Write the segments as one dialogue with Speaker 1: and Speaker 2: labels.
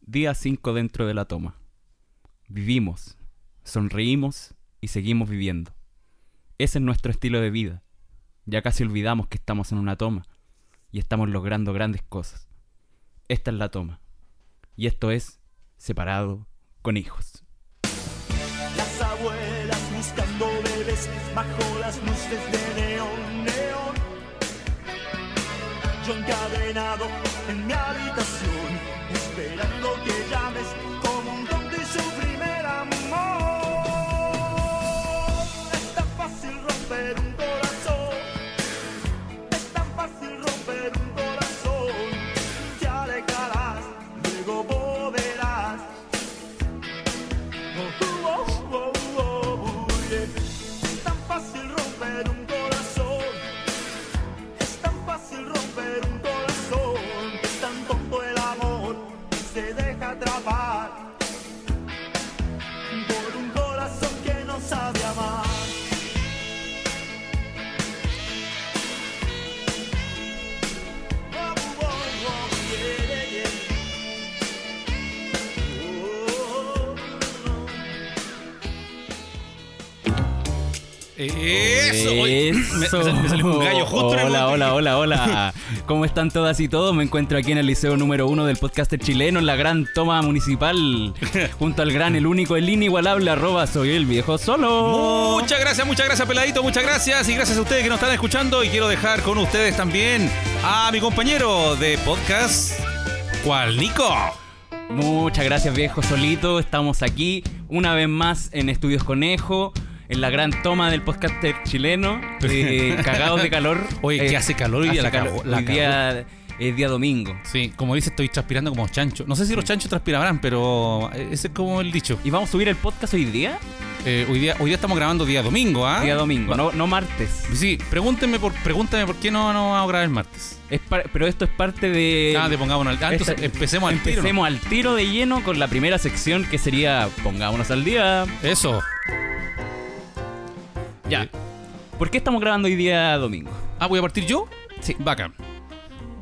Speaker 1: Día 5 dentro de la toma. Vivimos, sonreímos y seguimos viviendo. Ese es nuestro estilo de vida. Ya casi olvidamos que estamos en una toma y estamos logrando grandes cosas. Esta es la toma. Y esto es separado con hijos.
Speaker 2: Las abuelas buscando bebés bajo las luces de neón, neón. Yo encadenado en mi habitación, esperando que llames como un don de su primer amor. Es tan fácil romper un corazón, es tan fácil romper un corazón. Te alejarás, luego volverás. Oh, oh, oh, oh, oh, yeah. Es tan fácil romper un corazón. Es tan fácil romper un corazón. Es tan tonto el amor que se deja atrapar por un corazón que no sabe amar. Oh, oh, oh, yeah, yeah, yeah. Oh, oh, oh.
Speaker 3: Eso. oye, me- me, sal- me salió un gallo justo en el
Speaker 1: hola, hola,
Speaker 3: momento que-
Speaker 1: hola, hola. ¿Cómo están todas y todos? Me encuentro aquí en el Liceo número uno del podcaster chileno, en la gran toma municipal, junto al gran, el único, el inigualable, arroba soy el viejo solo.
Speaker 3: Muchas gracias, muchas gracias, peladito, muchas gracias. Y gracias a ustedes que nos están escuchando. Y quiero dejar con ustedes también a mi compañero de podcast, ¿cuál, Nico?
Speaker 1: Muchas gracias, viejo solito. Estamos aquí una vez más en Estudios Conejo, en la gran toma del podcaster chileno, eh, cagados de calor.
Speaker 3: Oye, que
Speaker 1: Eh,
Speaker 3: hace calor hoy día,
Speaker 1: hace
Speaker 3: la
Speaker 1: calor.
Speaker 3: cagó, la
Speaker 1: Hoy día es día domingo.
Speaker 3: Sí, como dice, estoy transpirando como chancho. No sé si los chanchos transpirarán, pero eh, ese es como el dicho.
Speaker 1: ¿Y vamos a subir el podcast hoy día?
Speaker 3: Eh, hoy, día, hoy día estamos grabando día domingo, ¿ah?
Speaker 1: Día domingo, no, no martes.
Speaker 3: Sí, pregúntenme por, pregúntame por qué no, no vamos a grabar el martes.
Speaker 1: Es par- pero esto es parte de.
Speaker 3: ah, te pongamos al. Ah, entonces
Speaker 1: Eh, esta-
Speaker 3: empecemos al tiro. ¿no?
Speaker 1: Empecemos al tiro de lleno con la primera sección que sería Pongámonos al día.
Speaker 3: Eso.
Speaker 1: Ya.
Speaker 3: Eh.
Speaker 1: ¿Por qué estamos grabando hoy día domingo?
Speaker 3: Ah, voy a partir yo.
Speaker 1: Sí.
Speaker 3: Bacán.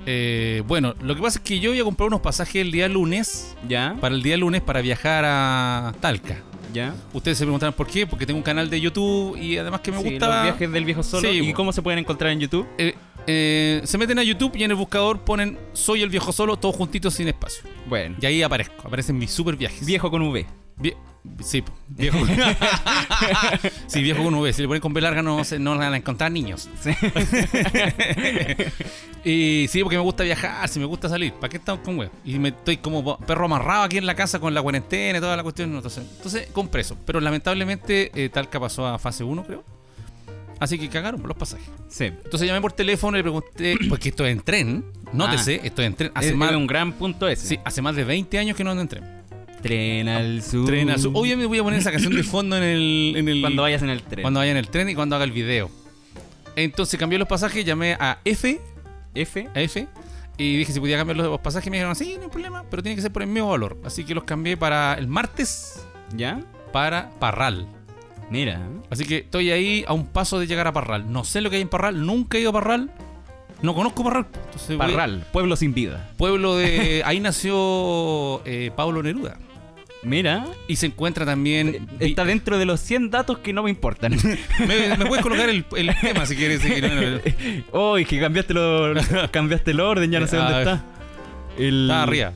Speaker 3: Eh, bueno, lo que pasa es que yo voy a comprar unos pasajes el día lunes,
Speaker 1: ¿Ya?
Speaker 3: para el día lunes, para viajar a Talca.
Speaker 1: ¿Ya?
Speaker 3: Ustedes se preguntarán por qué, porque tengo un canal de YouTube y además que me
Speaker 1: Sí,
Speaker 3: gusta...
Speaker 1: Los viajes del viejo solo.
Speaker 3: Sí,
Speaker 1: ¿Y
Speaker 3: bueno.
Speaker 1: cómo se pueden encontrar en YouTube?
Speaker 3: Eh, eh, se meten a YouTube y en el buscador ponen Soy el viejo solo, todos juntitos sin espacio.
Speaker 1: Bueno.
Speaker 3: Y ahí aparezco, aparecen mis super viajes.
Speaker 1: Viejo con V.
Speaker 3: Vie- sí, po, viejo. sí, viejo con V. Si le ponen con B larga no, se- no van a encontrar niños.
Speaker 1: Sí.
Speaker 3: y sí, porque me gusta viajar, si me gusta salir. ¿Para qué estamos con huevo? Y me estoy como po- perro amarrado aquí en la casa con la cuarentena y toda la cuestión. no, Entonces, entonces compré eso. Pero lamentablemente eh, Talca pasó a fase 1, creo. Así que cagaron por los pasajes.
Speaker 1: Sí.
Speaker 3: Entonces llamé por teléfono y le pregunté, porque estoy en tren. Nótese, estoy en tren. Hace,
Speaker 1: Ah. Es-
Speaker 3: más,
Speaker 1: es un gran punto ese.
Speaker 3: sí, hace más de 20 años que no ando en tren.
Speaker 1: Tren al sur.
Speaker 3: Tren azul. Obviamente voy a poner esa canción de fondo en el. en el-
Speaker 1: Mm. Cuando vayas en el tren.
Speaker 3: cuando vaya en el tren y cuando haga el video. Entonces cambié los pasajes, llamé a F,
Speaker 1: F.
Speaker 3: a F, y dije si podía cambiar los pasajes. Y me dijeron, sí, no hay problema, pero tiene que ser por el mismo valor. Así que los cambié para el martes,
Speaker 1: ¿Ya?
Speaker 3: para Parral.
Speaker 1: Mira.
Speaker 3: Así que estoy ahí a un paso de llegar a Parral. No sé lo que hay en Parral, nunca he ido a Parral. No conozco Parral. Entonces voy-
Speaker 1: Parral, pueblo sin vida.
Speaker 3: Pueblo de. Ahí nació eh, Pablo Neruda.
Speaker 1: Mira.
Speaker 3: Y se encuentra también.
Speaker 1: Está dentro de los 100 datos que no me importan.
Speaker 3: Me, me puedes colocar el, el tema si quieres. si quieres.
Speaker 1: Uy, que cambiaste, lo, cambiaste el orden, ya no sé
Speaker 3: Ah,
Speaker 1: dónde
Speaker 3: a ver.
Speaker 1: está. El-
Speaker 3: Está arriba.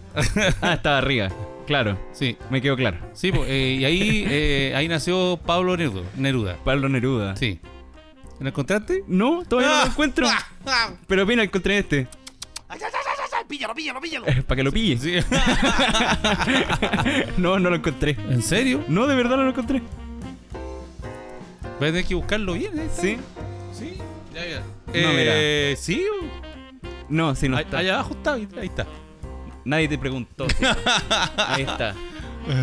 Speaker 1: Ah, estaba arriba. Claro,
Speaker 3: Sí.
Speaker 1: me quedó claro.
Speaker 3: Sí, po, eh, y ahí, eh, ahí nació Pablo Neruda. Neruda.
Speaker 1: Pablo Neruda.
Speaker 3: Sí. ¿Lo encontraste?
Speaker 1: No, todavía
Speaker 3: Ah.
Speaker 1: no lo encuentro. Pero mira, encontré este. Eh,
Speaker 2: Píllalo, píllalo, píllalo.
Speaker 1: Para que lo pille.
Speaker 3: Sí.
Speaker 1: No, no lo encontré.
Speaker 3: ¿En serio?
Speaker 1: No, de verdad no lo encontré.
Speaker 3: Voy a tener que buscarlo bien. ahí está.
Speaker 1: ¿Sí?
Speaker 3: Sí. Ya, ya.
Speaker 1: No, mira.
Speaker 3: Eh, Sí.
Speaker 1: No, sí, no
Speaker 3: ahí-
Speaker 1: está.
Speaker 3: Allá abajo está. Ahí está.
Speaker 1: Nadie te preguntó. sí. Ahí está.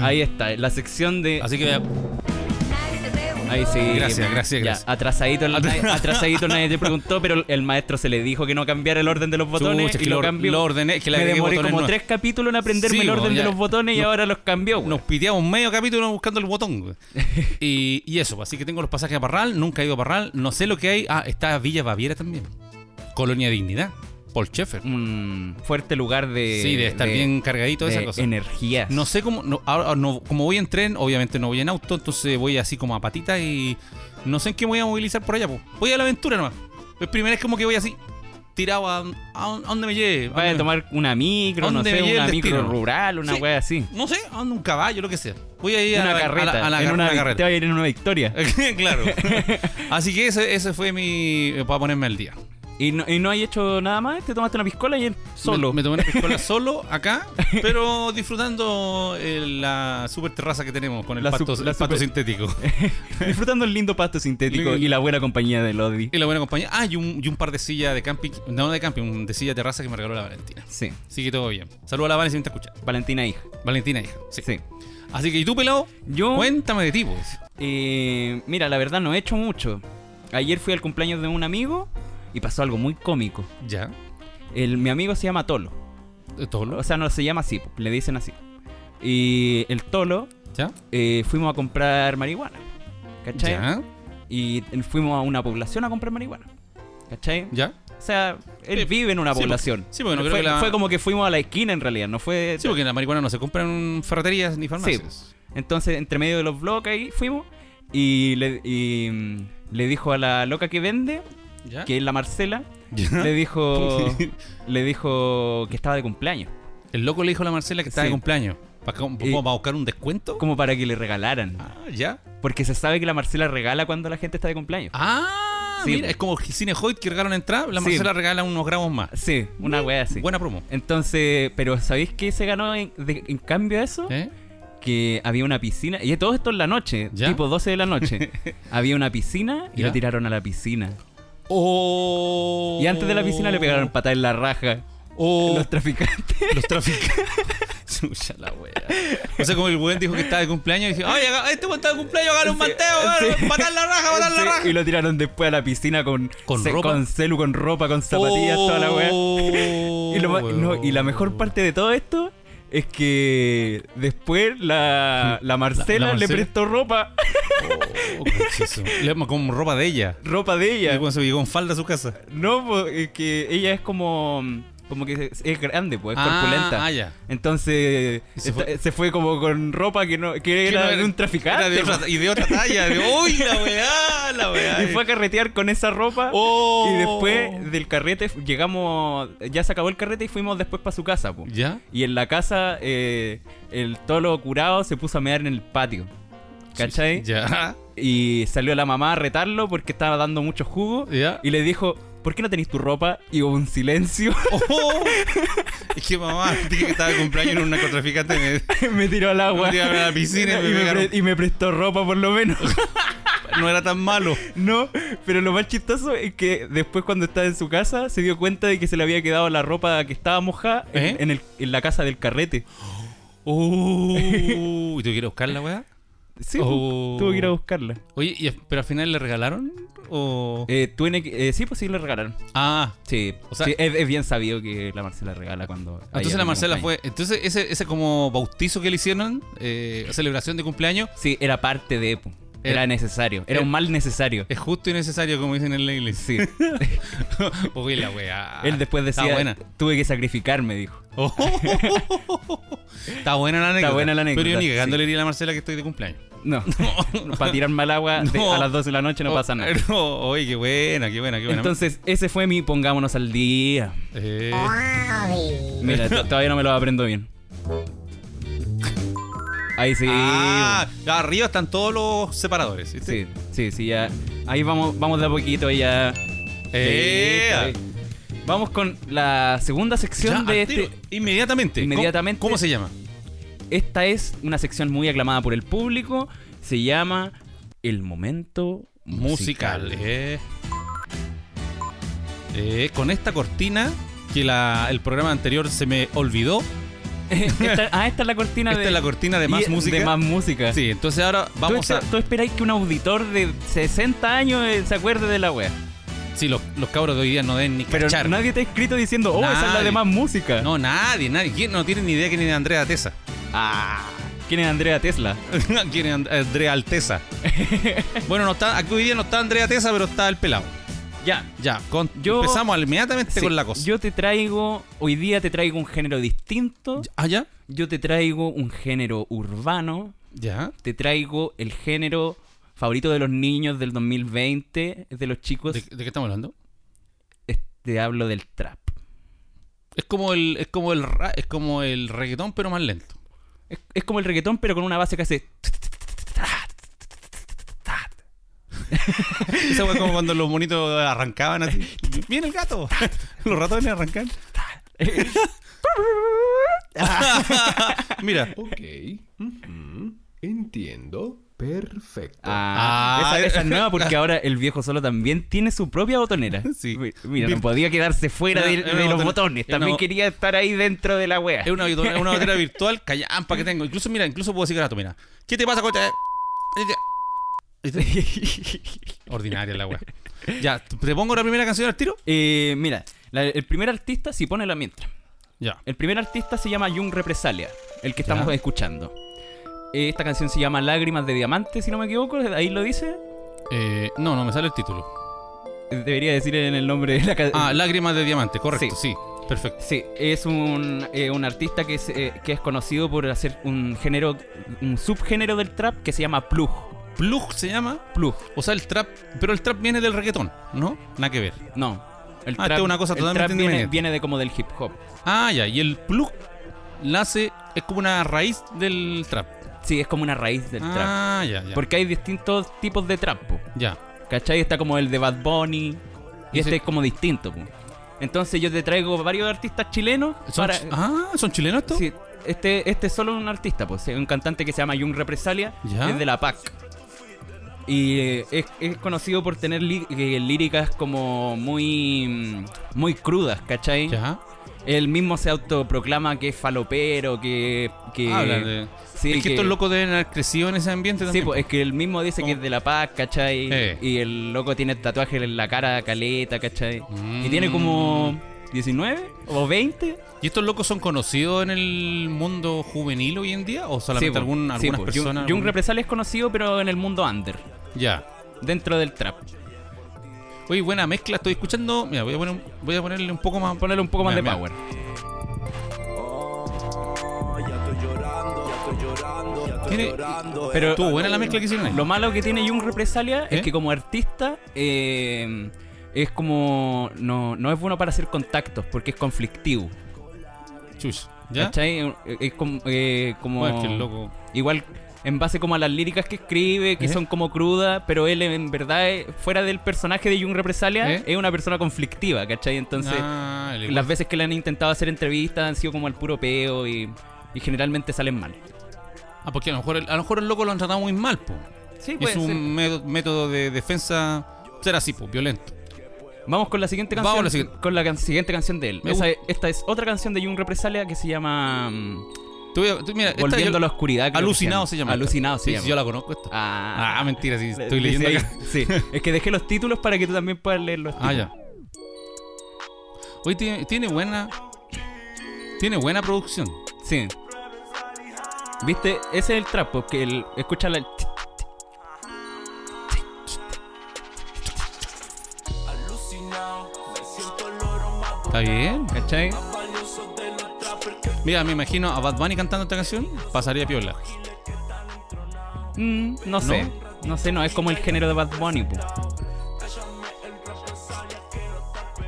Speaker 1: Ahí está. La sección de.
Speaker 3: Así que vaya.
Speaker 1: Ahí sí.
Speaker 3: Gracias,
Speaker 1: ya,
Speaker 3: gracias, gracias.
Speaker 1: Atrasadito, el-
Speaker 3: Atras-
Speaker 1: atrasadito nadie te preguntó, pero el maestro se le dijo que no cambiara el orden de los botones
Speaker 3: Chucha,
Speaker 1: y
Speaker 3: que
Speaker 1: lo
Speaker 3: lo-
Speaker 1: cambió.
Speaker 3: lo ordené, que le
Speaker 1: Me
Speaker 3: agregué
Speaker 1: demoré
Speaker 3: botones
Speaker 1: como
Speaker 3: nuevos.
Speaker 1: tres capítulos en aprenderme
Speaker 3: Sí,
Speaker 1: el
Speaker 3: weón,
Speaker 1: orden de
Speaker 3: ya.
Speaker 1: los botones y
Speaker 3: No.
Speaker 1: ahora los cambió. weón.
Speaker 3: Nos piteamos medio capítulo buscando el botón. güey. Y, y eso, pues, así que tengo los pasajes a Parral, nunca he ido a Parral, no sé lo que hay. Ah, está Villa Baviera también. Colonia Dignidad. Paul Schaeffer.
Speaker 1: un fuerte lugar Eh, de.
Speaker 3: sí, de estar bien cargadito de,
Speaker 1: de
Speaker 3: esa cosa.
Speaker 1: energías.
Speaker 3: No sé cómo. No, ahora no- como voy en tren, obviamente no voy en auto, entonces voy así como a patita y. No sé en qué me voy a movilizar por allá, po. Voy a la aventura nomás. Pues primera es como que voy así, tirado a, a, a donde me lleve. a
Speaker 1: Vaya a
Speaker 3: donde me-
Speaker 1: tomar una micro, no
Speaker 3: Mm. ¿Dónde
Speaker 1: sé,
Speaker 3: me lleva
Speaker 1: una
Speaker 3: el
Speaker 1: micro
Speaker 3: destino?
Speaker 1: rural, una
Speaker 3: Sí.
Speaker 1: wea así.
Speaker 3: No sé, a un caballo, lo que sea. Voy a ir a
Speaker 1: una
Speaker 3: la,
Speaker 1: carreta.
Speaker 3: A la, a la-
Speaker 1: en
Speaker 3: a
Speaker 1: una,
Speaker 3: la
Speaker 1: Te
Speaker 3: carreta.
Speaker 1: va a ir en una victoria.
Speaker 3: claro. Así que ese, ese fue mi. eh, Para ponerme al día.
Speaker 1: ¿Y no, y no hay hecho nada más? ¿Te tomaste una piscola ayer solo?
Speaker 3: Me, me tomé una piscola solo acá, pero disfrutando eh, la super terraza que tenemos con el
Speaker 1: La
Speaker 3: pasto,
Speaker 1: sup- la
Speaker 3: el pasto
Speaker 1: super-
Speaker 3: sintético.
Speaker 1: Disfrutando el lindo pasto sintético
Speaker 3: Lindo.
Speaker 1: y la buena compañía de Lodi.
Speaker 3: Y la buena compañía. Ah, y un, y un par de sillas de camping. No de camping, un de silla de terraza que me regaló la Valentina.
Speaker 1: Sí.
Speaker 3: Así que todo bien. Saludos a la Valentina si me está escuchando.
Speaker 1: Valentina hija.
Speaker 3: Valentina, hija. Sí.
Speaker 1: Sí.
Speaker 3: Así que, ¿y tú, pelado?
Speaker 1: Yo,
Speaker 3: Cuéntame de ti, pues.
Speaker 1: eh, mira, la verdad no he hecho mucho. Ayer fui al cumpleaños de un amigo y pasó algo muy cómico.
Speaker 3: Ya.
Speaker 1: El, mi amigo se llama Tolo.
Speaker 3: Todo lo.
Speaker 1: O sea, no se llama así, le dicen así. Y el Tolo
Speaker 3: Ya.
Speaker 1: eh, fuimos a comprar marihuana. ¿Cachai?
Speaker 3: Ya.
Speaker 1: Y fuimos a una población a comprar marihuana. ¿Cachai?
Speaker 3: Ya.
Speaker 1: O sea, él
Speaker 3: Sí.
Speaker 1: vive en una
Speaker 3: Sí,
Speaker 1: población.
Speaker 3: po- sí, porque no
Speaker 1: fue,
Speaker 3: creo que la-
Speaker 1: fue como que fuimos a la esquina en realidad, no fue...
Speaker 3: Sí, porque la marihuana no se compra en ferreterías ni farmacias.
Speaker 1: Entonces, entre medio de los bloques ahí fuimos y le, y, mm, le dijo a la loca que vende,
Speaker 3: Ya.
Speaker 1: que es la Marcela,
Speaker 3: Ya.
Speaker 1: le dijo le dijo que estaba de cumpleaños,
Speaker 3: El loco le dijo a la Marcela que estaba de
Speaker 1: Sí.
Speaker 3: cumpleaños. ¿Para,
Speaker 1: Y-
Speaker 3: buscar un descuento?
Speaker 1: como para que le regalaran.
Speaker 3: Ah, ya.
Speaker 1: Porque se sabe que la Marcela regala cuando la gente está de cumpleaños.
Speaker 3: Ah,
Speaker 1: Sí,
Speaker 3: mira,
Speaker 1: po.
Speaker 3: es como Cine Hoyt que regalan entrada. La
Speaker 1: Sí.
Speaker 3: Marcela regala unos gramos más.
Speaker 1: Sí, una wea así.
Speaker 3: Buena promo.
Speaker 1: Entonces, pero ¿sabéis qué se ganó en, de- en cambio a eso?
Speaker 3: ¿Eh?
Speaker 1: que había una piscina, y todo esto en la noche,
Speaker 3: ¿Ya?
Speaker 1: tipo 12 de la noche. había una piscina y
Speaker 3: ¿Ya?
Speaker 1: lo tiraron a la piscina.
Speaker 3: Oh.
Speaker 1: Y antes de la piscina le pegaron patada en la raja.
Speaker 3: Oh.
Speaker 1: Los traficantes.
Speaker 3: Los traficantes. Suya la wea. O sea, como el weón dijo que estaba de cumpleaños y dije, oye, acá- este weón está de cumpleaños, hagan un manteo,
Speaker 1: sí.
Speaker 3: weón, matar la raja, matar la
Speaker 1: Sí,
Speaker 3: raja.
Speaker 1: Y lo tiraron después a la piscina con, Oh.
Speaker 3: ¿Con
Speaker 1: ce-
Speaker 3: ropa?
Speaker 1: con celu, con ropa, con zapatillas, toda la wea.
Speaker 3: Oh,
Speaker 1: Y, lo ma- no, y la mejor parte de todo esto es que después la, la Marcela le
Speaker 3: Marcela.
Speaker 1: prestó ropa,
Speaker 3: Oh, conchazo. Le damos con ropa de ella.
Speaker 1: ropa de
Speaker 3: Y
Speaker 1: ella.
Speaker 3: cuando se llegó en falda a su casa.
Speaker 1: No, po, es que ella es como, como que es, es grande, pues, es corpulenta.
Speaker 3: Ah, ah, ya.
Speaker 1: Entonces
Speaker 3: Y se
Speaker 1: esta-
Speaker 3: fue-
Speaker 1: se, fue como con ropa que no que era
Speaker 3: Que no
Speaker 1: de un traficante
Speaker 3: era de otra-
Speaker 1: po.
Speaker 3: y de otra talla. De, Uy, la weá, la weá.
Speaker 1: y fue a carretear con esa ropa
Speaker 3: Oh.
Speaker 1: y después del carrete fu- llegamos ya se acabó el carrete y fuimos después para su casa po.
Speaker 3: ¿Ya?
Speaker 1: y en la casa eh, el tolo curado se puso a mear en el patio ¿cachai?
Speaker 3: Ya.
Speaker 1: y salió la mamá a retarlo porque estaba dando mucho jugo
Speaker 3: Ya.
Speaker 1: y le dijo ¿por qué no tenéis tu ropa? y hubo un silencio
Speaker 3: Oh. Es que mamá, dije que estaba de cumpleaños en un narcotraficante. Me...
Speaker 1: me tiró al agua
Speaker 3: tiraron a la piscina y me
Speaker 1: y me
Speaker 3: pegaron.
Speaker 1: pre- y me prestó ropa por lo menos
Speaker 3: no era tan malo.
Speaker 1: No, pero lo más chistoso es que después cuando estaba en su casa se dio cuenta de que se le había quedado la ropa que estaba mojada en-
Speaker 3: ¿Eh?
Speaker 1: en, el- en la casa del carrete. Oh.
Speaker 3: Uh, ¿Y tú quieres buscar la weá?
Speaker 1: Sí, pues,
Speaker 3: Oh.
Speaker 1: tuvo que ir a buscarla.
Speaker 3: Oye, ¿y, ¿pero al final le regalaron? ¿O.?
Speaker 1: Eh, tuve que- eh, sí, pues sí le regalaron.
Speaker 3: ah.
Speaker 1: Sí,
Speaker 3: O sea-
Speaker 1: sí, es, es bien sabido que la Marcela regala cuando... hay
Speaker 3: Entonces la
Speaker 1: algún
Speaker 3: Marcela
Speaker 1: cumpleaños.
Speaker 3: fue. Entonces, ese, ese como bautizo que le hicieron, eh, celebración de cumpleaños,
Speaker 1: Sí, era parte de... po. Era,
Speaker 3: Era-
Speaker 1: necesario, era
Speaker 3: era-
Speaker 1: un mal necesario.
Speaker 3: es justo y necesario, como dicen en la iglesia.
Speaker 1: Sí,
Speaker 3: Uy, la weá.
Speaker 1: él después
Speaker 3: Ah, Está
Speaker 1: decía,
Speaker 3: buena. Oh.
Speaker 1: tuve que sacrificarme, dijo.
Speaker 3: Está buena la anécdota.
Speaker 1: buena la anécdota,
Speaker 3: Pero yo ni
Speaker 1: sí.
Speaker 3: cagándole diría a la Marcela que estoy de cumpleaños.
Speaker 1: No, para tirar mal agua de-
Speaker 3: No.
Speaker 1: a las 12 de la noche no
Speaker 3: Oh,
Speaker 1: pasa nada.
Speaker 3: no, oye, qué buena, qué buena, qué buena.
Speaker 1: Entonces, ese fue mi pongámonos al día.
Speaker 3: Eh,
Speaker 1: Mira, to- todavía no me lo aprendo bien. Ahí sí.
Speaker 3: Ah, arriba están todos los separadores. ¿viste?
Speaker 1: Sí, sí, sí, ya. Ahí vamos, vamos de a poquito y ya.
Speaker 3: Eh,
Speaker 1: Sí, está bien. Vamos con la segunda sección
Speaker 3: ya,
Speaker 1: de
Speaker 3: al tiro,
Speaker 1: este.
Speaker 3: Inmediatamente. ¿Cómo-
Speaker 1: Inmediatamente.
Speaker 3: ¿Cómo, se llama?
Speaker 1: Esta es una sección muy aclamada por el público. Se llama El Momento Musical.
Speaker 3: Musical. eh. Eh, con esta cortina que la- el programa anterior se me olvidó.
Speaker 1: Esta- ah, esta es la cortina
Speaker 3: Esta
Speaker 1: de.
Speaker 3: es la cortina de
Speaker 1: y-
Speaker 3: más música.
Speaker 1: De más música.
Speaker 3: Sí, entonces ahora
Speaker 1: ¿Tú,
Speaker 3: vamos a.
Speaker 1: esper- tú esperáis que un auditor de 60 años eh, se acuerde de la wea.
Speaker 3: Sí, los, los cabros de hoy día no den ni
Speaker 1: Pero
Speaker 3: cachar.
Speaker 1: nadie te ha escrito diciendo, oh, esa es la
Speaker 3: Nadie.
Speaker 1: de más música.
Speaker 3: No, nadie, nadie. ¿Quién no tiene ni idea quién es Andrea Tesa?
Speaker 1: Ah, ¿quién es Andrea Tesla?
Speaker 3: ¿Quién es And- Andrea Alteza? bueno, no está, aquí hoy día no está Andrea Tesa, pero está el pelado.
Speaker 1: Ya.
Speaker 3: Ya, con-
Speaker 1: Yo-
Speaker 3: empezamos inmediatamente
Speaker 1: Sí,
Speaker 3: con la cosa.
Speaker 1: Yo te traigo, hoy día te traigo un género distinto.
Speaker 3: ah, ya.
Speaker 1: Yo te traigo un género urbano.
Speaker 3: Ya.
Speaker 1: Te traigo el género favorito de los niños del 2020, de los chicos.
Speaker 3: ¿De, de qué estamos hablando?
Speaker 1: Es- Te hablo del trap.
Speaker 3: Es como el, es como el ra- es como el reggaetón, pero más lento.
Speaker 1: Es, es como el reggaetón, pero con una base que hace.
Speaker 3: Esa fue como cuando los monitos arrancaban así. ¡Viene el gato! Los ratones arrancan. Mira.
Speaker 4: Ok. ujú, Entiendo. Perfecto.
Speaker 1: Ah,
Speaker 3: Ah,
Speaker 1: esa, esa es
Speaker 3: eh,
Speaker 1: nueva porque ahora el viejo solo también tiene su propia botonera.
Speaker 3: Sí.
Speaker 1: Mi- Mira, no podía quedarse fuera de,
Speaker 3: Era- era
Speaker 1: de
Speaker 3: una
Speaker 1: los
Speaker 3: botonera.
Speaker 1: botones.
Speaker 3: Era una
Speaker 1: También
Speaker 3: bo-
Speaker 1: quería estar ahí dentro de la wea.
Speaker 3: Es una, botona- es una botera virtual callampa que tengo. Incluso, mira, incluso puedo decir gato, mira. ¿Qué te pasa, coche? Ordinaria la weá. Ya, ¿te pongo la primera canción al tiro?
Speaker 1: Eh, mira, la- el primer artista, si pone la mientras.
Speaker 3: Ya.
Speaker 1: El primer artista se llama Jung Represalia, el que estamos
Speaker 3: Ya.
Speaker 1: escuchando. Eh, Esta canción se llama Lágrimas de Diamante, si no me equivoco, ahí lo dice.
Speaker 3: Eh, no, no, me sale el título.
Speaker 1: Eh, Debería decir en el nombre de la canción.
Speaker 3: Ah, Lágrimas de Diamante, correcto, sí. Perfecto.
Speaker 1: Sí, es un, eh, un artista que es, eh, que es conocido por hacer un género, un subgénero del trap que se llama plug.
Speaker 3: Plug se llama.
Speaker 1: Plug.
Speaker 3: O sea, el trap. Pero el trap viene del reggaetón, ¿no? Nada que ver.
Speaker 1: No. El
Speaker 3: Ah, esta es una cosa
Speaker 1: el
Speaker 3: totalmente
Speaker 1: trap viene,
Speaker 3: independiente.
Speaker 1: viene de como del hip hop.
Speaker 3: Ah, ya. Y el plug nace. Es como una raíz del trap.
Speaker 1: Sí, es como una raíz del trap.
Speaker 3: ah, ya, ya.
Speaker 1: Porque hay distintos tipos de trap, po.
Speaker 3: Ya.
Speaker 1: ¿Cachai? Está como el de Bad Bunny. Y
Speaker 3: Ese-
Speaker 1: este es como distinto, po. Entonces yo te traigo varios artistas chilenos.
Speaker 3: ¿Son
Speaker 1: para-
Speaker 3: chi- ah, ¿son chilenos estos?
Speaker 1: Sí, este, este es solo un artista, pues, es un cantante que se llama Jung Represalia,
Speaker 3: Ya.
Speaker 1: es de la PAC. Y eh, es, es conocido por tener lí- eh, líricas como muy mm, muy crudas, ¿cachai?
Speaker 3: Ya.
Speaker 1: Él mismo se autoproclama que es falopero, que... que
Speaker 3: Hablan de.
Speaker 1: sí,
Speaker 3: es que, estos locos deben haber crecido en ese ambiente
Speaker 1: Sí,
Speaker 3: Este también.
Speaker 1: pues, es que él mismo dice que es de la PAC, ¿cachai?
Speaker 3: Eh.
Speaker 1: Y el loco tiene tatuajes en la cara, caleta, ¿cachai? Y tiene
Speaker 3: Mm.
Speaker 1: como 19 o 20.
Speaker 3: ¿Y estos locos son conocidos en el mundo juvenil hoy en día? ¿O solamente
Speaker 1: po.
Speaker 3: algún-
Speaker 1: Sí,
Speaker 3: algunas
Speaker 1: po. Jung-
Speaker 3: personas?
Speaker 1: Jung
Speaker 3: algún-
Speaker 1: Represalia es conocido, pero en el mundo under.
Speaker 3: Ya.
Speaker 1: dentro del trap.
Speaker 3: Oye, buena mezcla, estoy escuchando. Mira, voy a, poner, un- voy a ponerle un poco más.
Speaker 1: Ponerle un poco más
Speaker 3: Mira,
Speaker 1: de
Speaker 3: mira.
Speaker 1: power.
Speaker 3: Tiene-
Speaker 1: Pero
Speaker 3: Estuvo buena la mezcla que hicieron ahí.
Speaker 1: lo malo que tiene Jung Represalia
Speaker 3: ¿Eh?
Speaker 1: es que como artista eh, es como no, no es bueno para hacer contactos porque es conflictivo.
Speaker 3: Chus. ¿Ya?
Speaker 1: ¿Cachai? Es como, eh, como-
Speaker 3: Bueno, es que el loco.
Speaker 1: igual en base como a las líricas que escribe, que
Speaker 3: ¿Eh?
Speaker 1: son como crudas, pero él en verdad eh, fuera del personaje de Jung Represalia
Speaker 3: ¿Eh?
Speaker 1: es una persona conflictiva, ¿cachai? Entonces
Speaker 3: Ah, el-
Speaker 1: las veces que le han intentado hacer entrevistas han sido como al puro peo y, y generalmente salen mal.
Speaker 3: Ah, porque a lo mejor el, a lo mejor el loco lo han tratado muy mal, po.
Speaker 1: Sí,
Speaker 3: Y es un medo- método de defensa. Será así, po, violento.
Speaker 1: Vamos con la siguiente canción.
Speaker 3: Vamos a la siguiente.
Speaker 1: Con la can- siguiente canción de él.
Speaker 3: Me
Speaker 1: Esa
Speaker 3: gusta.
Speaker 1: es- esta es otra canción de Jung Represalia que se llama mm,
Speaker 3: Tú, tú- mira, esta
Speaker 1: Volviendo
Speaker 3: yo-
Speaker 1: a la oscuridad. creo que
Speaker 3: Alucinado se llama.
Speaker 1: Alucinado
Speaker 3: esta.
Speaker 1: se
Speaker 3: Sí,
Speaker 1: llama.
Speaker 3: sí, yo la conozco esta.
Speaker 1: Ah,
Speaker 3: Ah, mentira, sí,
Speaker 1: le-
Speaker 3: estoy
Speaker 1: dice
Speaker 3: leyendo
Speaker 1: ahí-
Speaker 3: acá.
Speaker 1: Sí, es que dejé los títulos para que tú también puedas leer los títulos.
Speaker 3: Ah, ya. Oye, tiene, tiene buena. Tiene buena producción.
Speaker 1: Sí. ¿Viste? Ese es el trap, porque el, escucha la...
Speaker 3: Está bien.
Speaker 1: ¿Cachai?
Speaker 3: Mira, me imagino a Bad Bunny cantando esta canción. Pasaría piola.
Speaker 1: Mm, no sé. ¿No? sé, no. Es como el género de Bad Bunny. po.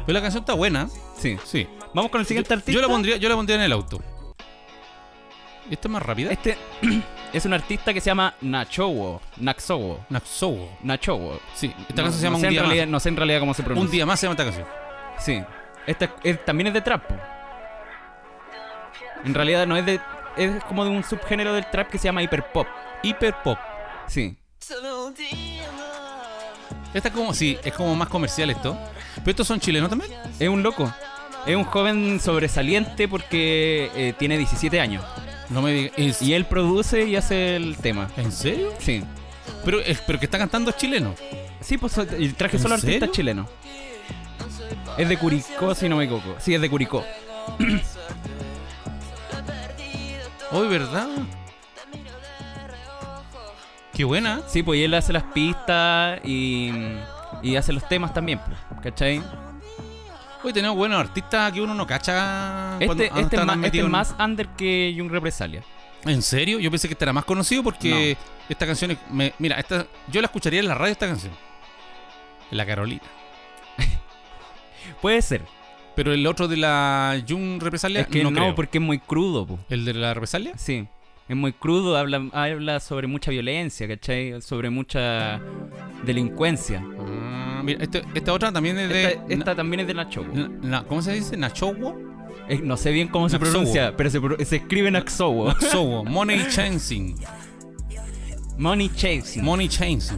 Speaker 3: Pero la canción está buena.
Speaker 1: Sí.
Speaker 3: Sí.
Speaker 1: Vamos con el siguiente
Speaker 3: Yo-
Speaker 1: artista.
Speaker 3: Yo la pondría, yo la pondría en el auto. ¿Y esta es más rápida?
Speaker 1: Este es un artista que se llama Nachowo. Naxowo.
Speaker 3: Naxowo.
Speaker 1: Nachowo.
Speaker 3: Sí, esta
Speaker 1: No-
Speaker 3: canción se llama
Speaker 1: no sé
Speaker 3: Un
Speaker 1: en
Speaker 3: Día
Speaker 1: realidad- No sé en realidad cómo se
Speaker 3: Más. Un
Speaker 1: pronuncia.
Speaker 3: Día Más se llama esta canción.
Speaker 1: Sí. Esta es- también es de trap. po. En realidad no es de. Es como de un subgénero del trap que se llama hiperpop.
Speaker 3: Hiperpop.
Speaker 1: Sí.
Speaker 3: Esta es como, sí, es como más comercial esto. Pero estos son chilenos también.
Speaker 1: Es un loco. Es un joven sobresaliente porque eh, tiene 17 años.
Speaker 3: No me digas. ¿es-
Speaker 1: Y él produce y hace el tema.
Speaker 3: ¿En serio?
Speaker 1: Sí.
Speaker 3: Pero el, pero el que está cantando es chileno.
Speaker 1: Sí, pues so- el traje
Speaker 3: ¿En
Speaker 1: solo artista
Speaker 3: serio?
Speaker 1: chileno. Es de Curicó, si no me equivoco. Sí, es de Curicó.
Speaker 3: Hoy, ¿verdad? Qué buena.
Speaker 1: Sí, pues y él hace las pistas y, y hace los temas también. pues. ¿Cachai?
Speaker 3: Ah, Hoy tenemos buenos artistas que uno no cacha. cuando-
Speaker 1: Este,
Speaker 3: ah,
Speaker 1: este,
Speaker 3: están
Speaker 1: es más, este
Speaker 3: metidos
Speaker 1: es
Speaker 3: en-
Speaker 1: más under que Young Represalia.
Speaker 3: ¿En serio? Yo pensé que este era más conocido porque esta canción. es- me- mira, esta, yo la escucharía en la radio esta canción. La Carolina.
Speaker 1: Puede ser.
Speaker 3: Pero el otro de la Jun Represalia.
Speaker 1: Es que
Speaker 3: no,
Speaker 1: no,
Speaker 3: creo.
Speaker 1: porque es muy crudo, pues. po.
Speaker 3: ¿El de la Represalia?
Speaker 1: Sí. Es muy crudo, habla, habla sobre mucha violencia, ¿cachai? Sobre mucha delincuencia.
Speaker 3: Ah, mira, este- esta otra también es de.
Speaker 1: Esta, esta también es de Nacho. po.
Speaker 3: Na- na- ¿Cómo se dice? Nachowo.
Speaker 1: Eh, No sé bien cómo se
Speaker 3: Naxowo.
Speaker 1: pronuncia, pero se, pro- se escribe Naxowo.
Speaker 3: Nachowo. Money Chancing.
Speaker 1: Money Chasing.
Speaker 3: Money Chancing.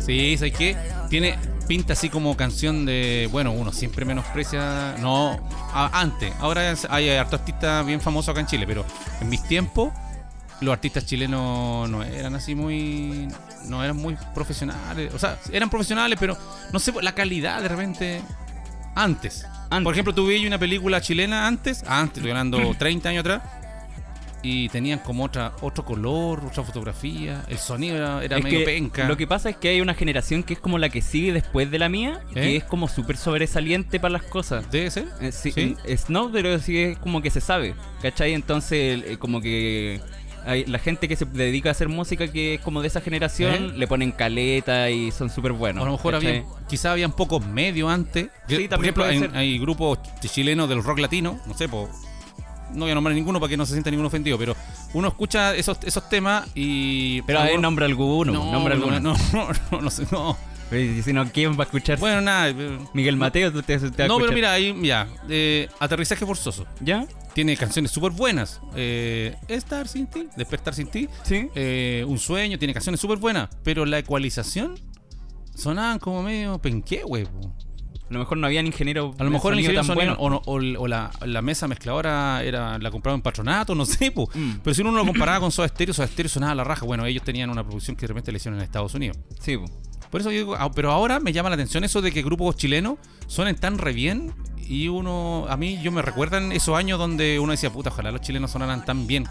Speaker 3: Sí, ¿sabes qué? Tiene pinta así como canción de. Bueno, uno siempre menosprecia. No, a- antes. Ahora es- hay harto artistas bien famosos acá en Chile, pero en mis tiempos. Los artistas chilenos no eran así muy. No eran muy profesionales. O sea, eran profesionales, pero no sé, la calidad de repente. Antes.
Speaker 1: Antes.
Speaker 3: Por ejemplo, tuve una película chilena antes. Antes, estoy hablando 30 años atrás. Y tenían como otra, otro color, otra fotografía. El sonido era, era
Speaker 1: Es
Speaker 3: medio
Speaker 1: que
Speaker 3: penca.
Speaker 1: Lo que pasa es que hay una generación que es como la que sigue después de la mía,
Speaker 3: ¿Eh?
Speaker 1: que es como súper sobresaliente para las cosas.
Speaker 3: ¿Debe ser?
Speaker 1: Eh, sí,
Speaker 3: ¿Sí?
Speaker 1: es- no, pero sí es como que se sabe, ¿cachai? Entonces, eh, como que hay- la gente que se dedica a hacer música que es como de esa generación,
Speaker 3: ¿Eh?
Speaker 1: le ponen caleta y son súper buenos.
Speaker 3: a lo mejor
Speaker 1: ¿cachai?
Speaker 3: había, quizá habían pocos medios antes.
Speaker 1: Sí,
Speaker 3: Yo- Por
Speaker 1: también
Speaker 3: ejemplo,
Speaker 1: puede
Speaker 3: hay,
Speaker 1: ser.
Speaker 3: hay grupos ch- chilenos del rock latino, no sé, po, no voy a nombrar ninguno para que no se sienta ninguno ofendido, pero uno escucha esos, esos temas y...
Speaker 1: Pero a ver,
Speaker 3: algunos-
Speaker 1: nombra alguno, nombra
Speaker 3: pero
Speaker 1: alguno.
Speaker 3: No, no, no, no sé, no.
Speaker 1: Pero y Si no, ¿quién va a escuchar?
Speaker 3: Bueno, nada. eh,
Speaker 1: Miguel Mateo, tú te, te vas a
Speaker 3: No, pero
Speaker 1: escuchar.
Speaker 3: mira, ahí, ya. eh, aterrizaje forzoso.
Speaker 1: ¿Ya?
Speaker 3: Tiene canciones súper buenas. eh, Estar sin ti, despertar sin ti.
Speaker 1: Sí.
Speaker 3: eh, un sueño, tiene canciones súper buenas, pero la ecualización sonaban como medio penqué, güey. po.
Speaker 1: A lo mejor no habían ingeniero.
Speaker 3: A lo
Speaker 1: de
Speaker 3: mejor el
Speaker 1: sonido
Speaker 3: ingeniero
Speaker 1: tan
Speaker 3: sonido
Speaker 1: bueno.
Speaker 3: o, no- o el- o la, la mesa mezcladora era la compraba en patronato, no sé, po.
Speaker 1: Mm.
Speaker 3: pero si uno lo comparaba con Soda Stereo, Soda Stereo sonaba a la raja. Bueno, ellos tenían una producción que de repente le hicieron en Estados Unidos.
Speaker 1: Sí, po.
Speaker 3: Por eso yo digo, ah, pero ahora me llama la atención eso de que grupos chilenos suenen tan re bien y uno, a mí yo me recuerdan esos años donde uno decía, puta, ojalá los chilenos sonaran tan bien.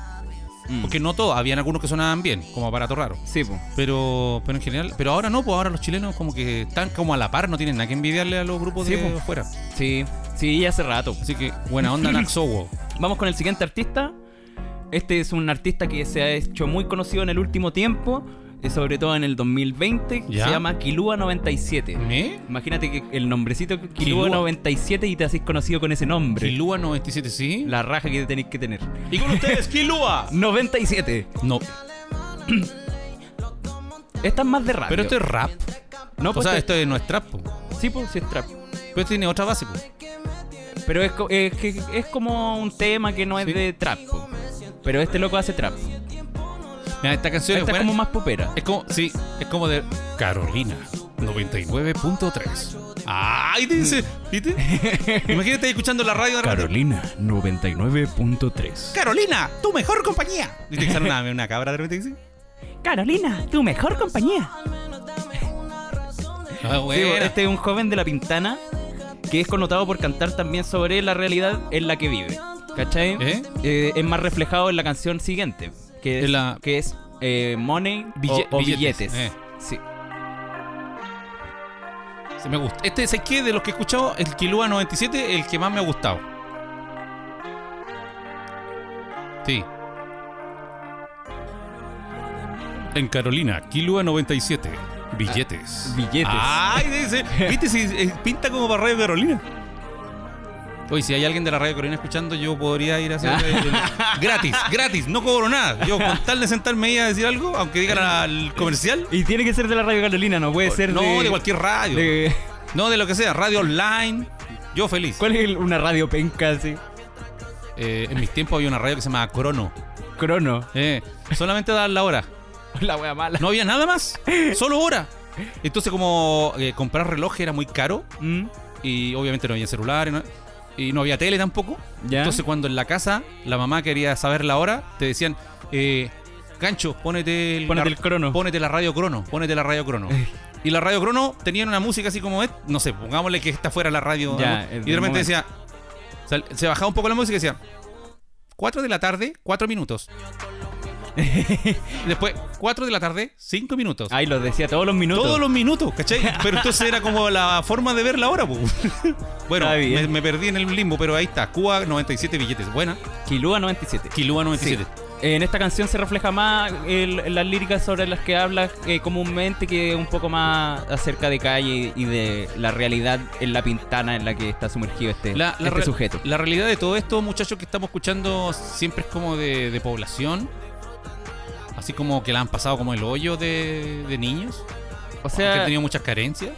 Speaker 1: Mm.
Speaker 3: Porque no todos, habían algunos que sonaban bien, como aparato raro.
Speaker 1: Sí, po.
Speaker 3: Pero, pero en general, pero ahora no, pues ahora los chilenos como que están como a la par, no tienen nada que envidiarle a los grupos
Speaker 1: Sí,
Speaker 3: de
Speaker 1: pues.
Speaker 3: afuera.
Speaker 1: Sí, sí, hace rato.
Speaker 3: Así que buena onda Naxowo.
Speaker 1: Vamos con el siguiente artista. Este es un artista que se ha hecho muy conocido en el último tiempo, eh, sobre todo en el 2020. que
Speaker 3: ¿Ya?
Speaker 1: Se llama Kilua 97.
Speaker 3: ¿Me?
Speaker 1: Imagínate que el nombrecito Kilua,
Speaker 3: Kilua.
Speaker 1: 97 y te haces conocido con ese nombre.
Speaker 3: Kilua 97, sí.
Speaker 1: La raja que tenéis que tener.
Speaker 3: Y con ustedes, Kilua.
Speaker 1: 97.
Speaker 3: No,
Speaker 1: Esta es más de rap.
Speaker 3: pero esto es rap.
Speaker 1: No,
Speaker 3: o
Speaker 1: pues
Speaker 3: sea,
Speaker 1: te-
Speaker 3: esto es- no es trap, po.
Speaker 1: Sí, pues sí es trap.
Speaker 3: Pero esto tiene otra base, pues.
Speaker 1: Pero es, co- es que es como un tema que no es
Speaker 3: Sí.
Speaker 1: de trap. po. Pero este loco hace trap.
Speaker 3: Mira, esta canción
Speaker 1: Esta
Speaker 3: es
Speaker 1: es
Speaker 3: buena.
Speaker 1: como más popera.
Speaker 3: Es como, sí, es como de Carolina 99.3. ¡Ay! Te dice, ¿viste? Imagínate escuchando la radio de repente,
Speaker 1: Carolina 99.3.
Speaker 3: Carolina, tu mejor compañía. ¿Viste que sale una, una cabra de repente dice?
Speaker 1: Carolina, tu mejor compañía.
Speaker 3: Ah, buena.
Speaker 1: este es un joven de la Pintana que es connotado por cantar también sobre la realidad en la que vive. ¿Cachai?
Speaker 3: ¿Eh?
Speaker 1: Eh, es más reflejado en la canción siguiente, que es,
Speaker 3: En la-
Speaker 1: que es eh, Money o-
Speaker 3: Bille-
Speaker 1: o,
Speaker 3: billetes,
Speaker 1: Billetes.
Speaker 3: eh.
Speaker 1: Sí.
Speaker 3: Se me gusta. Este, ¿sabes qué? De los que he escuchado, el Kilua 97, el que más me ha gustado. Sí. En Carolina, Kilua 97. Billetes.
Speaker 1: Ah, billetes.
Speaker 3: Ay, dice, ¿viste si eh, pinta como para Radio Carolina? Oye, si hay alguien de la Radio Carolina escuchando, yo podría ir a
Speaker 1: Ah.
Speaker 3: hacer el- el- gratis, gratis, no cobro nada. Yo con tal de sentarme ahí a decir algo, aunque digan al comercial.
Speaker 1: Y tiene que ser de la radio Carolina, Oh, no puede ser
Speaker 3: no,
Speaker 1: de,
Speaker 3: de, cualquier radio.
Speaker 1: de-
Speaker 3: No, de lo que sea, radio online. Yo feliz.
Speaker 1: ¿Cuál es el- una radio penca así?
Speaker 3: Eh, en mis tiempos había una radio que se llamaba Crono.
Speaker 1: Crono,
Speaker 3: Eh, solamente daban la hora.
Speaker 1: la wea mala.
Speaker 3: No había nada más. Solo hora. Entonces, como eh, comprar reloj era muy caro.
Speaker 1: Mm,
Speaker 3: Y obviamente no había celulares. no- y no había tele tampoco.
Speaker 1: ¿Ya?
Speaker 3: Entonces, cuando en la casa la mamá quería saber la hora, te decían: eh, Gancho, ponete el,
Speaker 1: Ponete
Speaker 3: la,
Speaker 1: el crono.
Speaker 3: Pónete la radio crono, ponete la radio crono. Y la radio crono tenía una música así como, es- no sé, pongámosle que esta fuera la radio.
Speaker 1: Ya,
Speaker 3: ¿no?
Speaker 1: es
Speaker 3: y de
Speaker 1: del
Speaker 3: repente
Speaker 1: momento.
Speaker 3: decía, sal- se bajaba un poco la música y decía, 4 de la tarde, 4 minutos. Después, 4 de la tarde, 5 minutos.
Speaker 1: Ahí los decía todos los minutos.
Speaker 3: Todos los minutos, ¿cachai? Pero entonces era como la forma de ver la hora, po. Bueno,
Speaker 1: Está bien.
Speaker 3: me, me perdí en el limbo, pero ahí está. Cuba, 97 billetes. Buena.
Speaker 1: Kilua 97.
Speaker 3: Kilua, 97.
Speaker 1: En esta canción se refleja más el- las líricas sobre las que habla eh, comúnmente que un poco más acerca de calle y de la realidad en la pintana en la que está sumergido este,
Speaker 3: La,
Speaker 1: este
Speaker 3: la re-
Speaker 1: sujeto.
Speaker 3: la realidad de todo esto, muchachos, que estamos escuchando siempre es como de, de población. Así como que la han pasado como el hoyo de, de niños.
Speaker 1: O
Speaker 3: que han
Speaker 1: sea,
Speaker 3: tenido muchas carencias.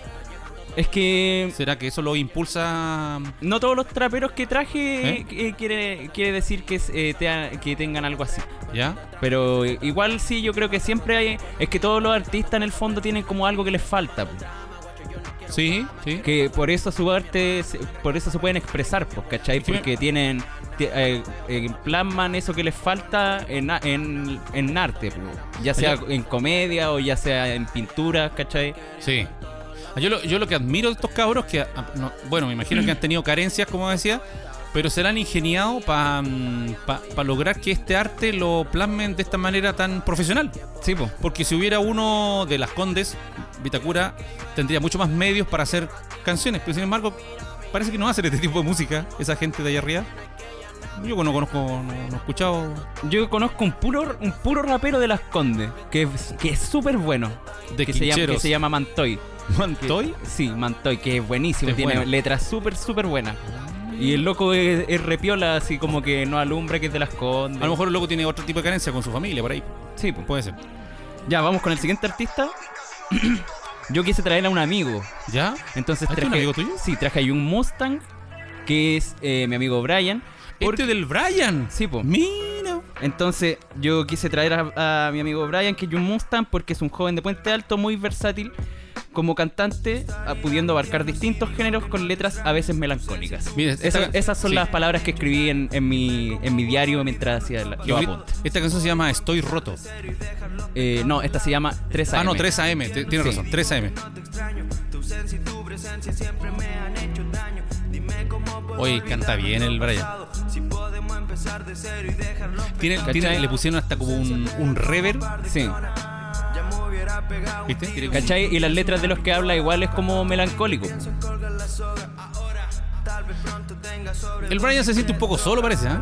Speaker 1: es que
Speaker 3: ¿Será que eso lo impulsa?
Speaker 1: no todos los traperos que traje
Speaker 3: ¿Eh?
Speaker 1: eh, quiere, quiere decir que, es, eh, tea- que tengan algo así.
Speaker 3: ¿Ya?
Speaker 1: Pero eh, igual sí, yo creo que siempre hay... Es que todos los artistas en el fondo tienen como algo que les falta. po.
Speaker 3: Sí, sí.
Speaker 1: que por eso su arte se- por eso se pueden expresar pues, ¿cachai?
Speaker 3: Sí.
Speaker 1: porque tienen ti- eh, eh, plasman eso que les falta en, a- en, en arte pues. ya sea en comedia o ya sea en pintura ¿cachai?
Speaker 3: Sí. Ah, Yo lo, yo lo que admiro de estos cabros que, ah, no, bueno, me imagino que han tenido carencias, como decía, pero se la han ingeniado para lograr que este arte lo plasmen de esta manera tan profesional.
Speaker 1: sí pues
Speaker 3: Porque si hubiera uno de las condes, Vitacura, tendría mucho más medios para hacer canciones, pero sin embargo, parece que no hacen este tipo de música, esa gente de allá arriba. Yo no conozco, no, no he escuchado.
Speaker 1: yo conozco un puro un puro rapero de las Condes que, es- que es súper bueno
Speaker 3: De
Speaker 1: que se, llama, que
Speaker 3: Quincheros.
Speaker 1: se llama Mantoy Que-
Speaker 3: ¿Mantoy?
Speaker 1: sí Mantoy que es buenísimo
Speaker 3: Es
Speaker 1: tiene
Speaker 3: bueno.
Speaker 1: letras súper súper buenas y el loco es, es repiola así como que no alumbra que es de las Condes
Speaker 3: A lo mejor el loco tiene otro tipo de carencia con su familia, por ahí.
Speaker 1: sí pues
Speaker 3: Puede ser.
Speaker 1: Ya, vamos con el siguiente artista. Yo quise traer a un amigo.
Speaker 3: ¿Ya?
Speaker 1: Entonces
Speaker 3: ¿Ah,
Speaker 1: traje.
Speaker 3: este es un amigo tuyo?
Speaker 1: Sí, traje ahí un Mustang, que es eh, mi amigo Brian.
Speaker 3: Este del Brian.
Speaker 1: Sí, po.
Speaker 3: Mira.
Speaker 1: Entonces, yo quise traer a, a mi amigo Brian, que es un Mustang, porque es un joven de Puente Alto, muy versátil como cantante, a- pudiendo abarcar distintos géneros con letras a veces melancólicas.
Speaker 3: Mira,
Speaker 1: Esas-
Speaker 3: esta-
Speaker 1: esas son
Speaker 3: sí.
Speaker 1: las palabras que escribí en, en mi, en mi diario mientras hacía la,
Speaker 3: Qué
Speaker 1: los
Speaker 3: bonito.
Speaker 1: apuntes.
Speaker 3: Esta canción se llama Estoy roto.
Speaker 1: Eh, no, esta se llama 3 AM.
Speaker 3: Ah, no, 3 AM. Te- Tienes
Speaker 1: Sí.
Speaker 3: razón, 3 AM. Oye, canta bien el Brian. Tiene, tiene-
Speaker 1: ¿Cachai?
Speaker 3: le pusieron hasta como un, un reverb,
Speaker 1: Sí.
Speaker 3: ¿viste? Tiene como-
Speaker 1: ¿Cachai? Y las letras de los que habla igual es como melancólico.
Speaker 3: El Brian se siente un poco solo, parece, ¿ah?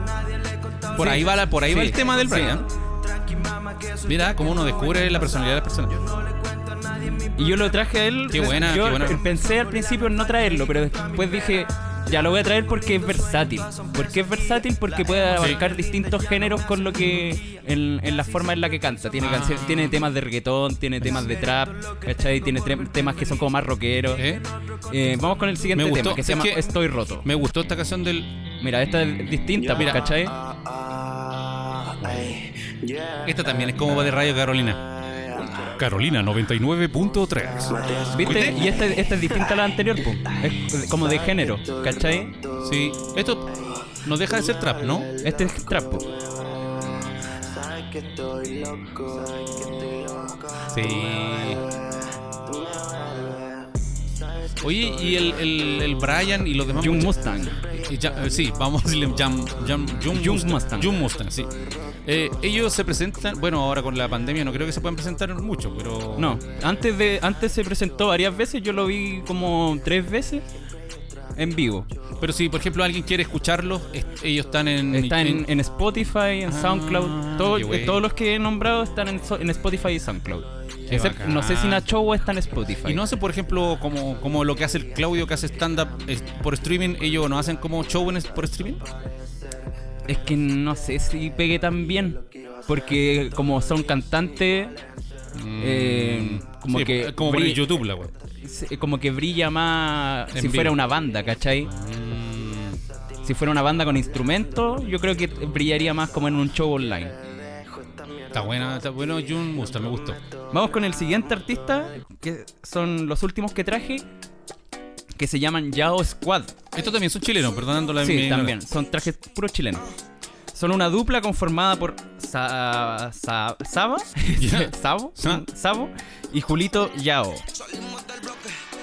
Speaker 3: Por
Speaker 1: Sí.
Speaker 3: ahí va, la- por ahí va
Speaker 1: Sí.
Speaker 3: el tema del
Speaker 1: Sí. ¿ah?
Speaker 3: Brian. Mira cómo uno descubre la personalidad de la persona.
Speaker 1: Y yo lo traje a él.
Speaker 3: Qué buena,
Speaker 1: yo
Speaker 3: qué buena.
Speaker 1: pensé al principio en no traerlo, pero después dije, ya lo voy a traer porque es versátil. Porque es versátil porque puede abarcar distintos géneros con lo que. En, en la forma en la que canta. Tiene,
Speaker 3: Ah.
Speaker 1: cancio- tiene temas de reggaetón, tiene temas de trap, ¿cachai? Tiene tre- temas que son como más rockeros.
Speaker 3: ¿Eh?
Speaker 1: Eh, vamos con el siguiente
Speaker 3: Me gustó.
Speaker 1: tema que se
Speaker 3: Es
Speaker 1: llama
Speaker 3: que-
Speaker 1: Estoy roto.
Speaker 3: Me gustó esta canción del.
Speaker 1: Mira, esta es distinta,
Speaker 3: Mira.
Speaker 1: ¿cachai?
Speaker 3: Esta también es como va de Radio Carolina. Carolina 99.3.
Speaker 1: ¿Viste? Y esta, esta es distinta a la anterior, po. Es como de género, ¿cachai?
Speaker 3: Sí, esto nos deja de ser trap, ¿no?
Speaker 1: Este es trap, po.
Speaker 3: Sí. Oye, y el, el, el Brian y los demás.
Speaker 1: Young
Speaker 3: muchachos-
Speaker 1: Mustang.
Speaker 3: Y ya- eh, sí, vamos a decirle Jam, Jam, Jung
Speaker 1: Young
Speaker 3: Mustang.
Speaker 1: Mustang.
Speaker 3: Young Mustang, sí. Eh, ellos se presentan, bueno, ahora con la pandemia no creo que se puedan presentar mucho, pero...
Speaker 1: No, antes de antes se presentó varias veces, yo lo vi como tres veces en vivo.
Speaker 3: Pero si, por ejemplo, alguien quiere escucharlos, est- ellos están en...
Speaker 1: Está en, en Spotify, en
Speaker 3: Ah,
Speaker 1: SoundCloud, todo-
Speaker 3: qué bueno.
Speaker 1: todos los que he nombrado están en, so- en Spotify y SoundCloud.
Speaker 3: Qué
Speaker 1: Excepto-
Speaker 3: bacán.
Speaker 1: no sé si Nacho está en Spotify.
Speaker 3: Y no hace, por ejemplo, como, como lo que hace el Claudio, que hace stand-up es- por streaming, ellos no hacen como show en es- por streaming.
Speaker 1: Es que no sé si pegué tan bien, porque como son cantantes, eh, como
Speaker 3: Sí,
Speaker 1: que
Speaker 3: como por
Speaker 1: bri-
Speaker 3: el YouTube, la web.
Speaker 1: se- como que brilla más
Speaker 3: En
Speaker 1: si fuera
Speaker 3: vivo.
Speaker 1: una banda, ¿cachai? Si fuera una banda con instrumentos, yo creo que brillaría más como en un show online.
Speaker 3: Está buena, está bueno, Jun Mustang, me gustó.
Speaker 1: Vamos con el siguiente artista, que son los últimos que traje, que se llaman Yao Squad.
Speaker 3: Estos también son chilenos, perdonando la mi-
Speaker 1: Sí, también, son trajes puros chilenos. Son una dupla conformada por Sa- Sa- Saba,
Speaker 3: Ya.
Speaker 1: Sabo,
Speaker 3: Sa-
Speaker 1: Sabo y Julito Yao.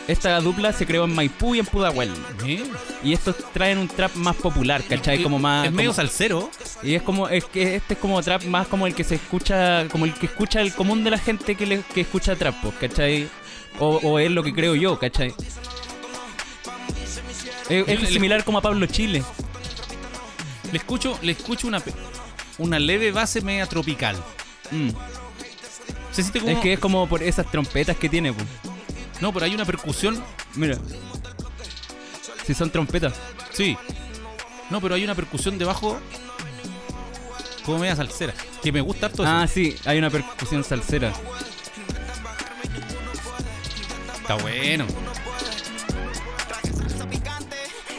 Speaker 1: Esta dupla se creó en Maipú y en Pudahuel.
Speaker 3: ¿Eh?
Speaker 1: Y estos traen un trap más popular, ¿cachai?
Speaker 3: Y-
Speaker 1: Como más.
Speaker 3: Es medio
Speaker 1: como-
Speaker 3: salsero.
Speaker 1: y es como, es que este es como trap más como el que se escucha, como el que escucha el común de la gente que, le, que escucha trap, pues, ¿cachai? O, o es lo que creo yo, ¿cachai? Es, es
Speaker 3: le-
Speaker 1: similar como a Pablo Chile.
Speaker 3: Le escucho, le escucho una, pe- una leve base media tropical.
Speaker 1: Mm.
Speaker 3: Se siente como.
Speaker 1: Es que es como por esas trompetas que tiene, pues.
Speaker 3: No, pero hay una percusión.
Speaker 1: Mira. Si son trompetas.
Speaker 3: Sí. No, pero hay una percusión debajo. Como media salsera. Que me gusta harto.
Speaker 1: Ah, sí, hay una percusión salsera.
Speaker 3: eso. Está bueno.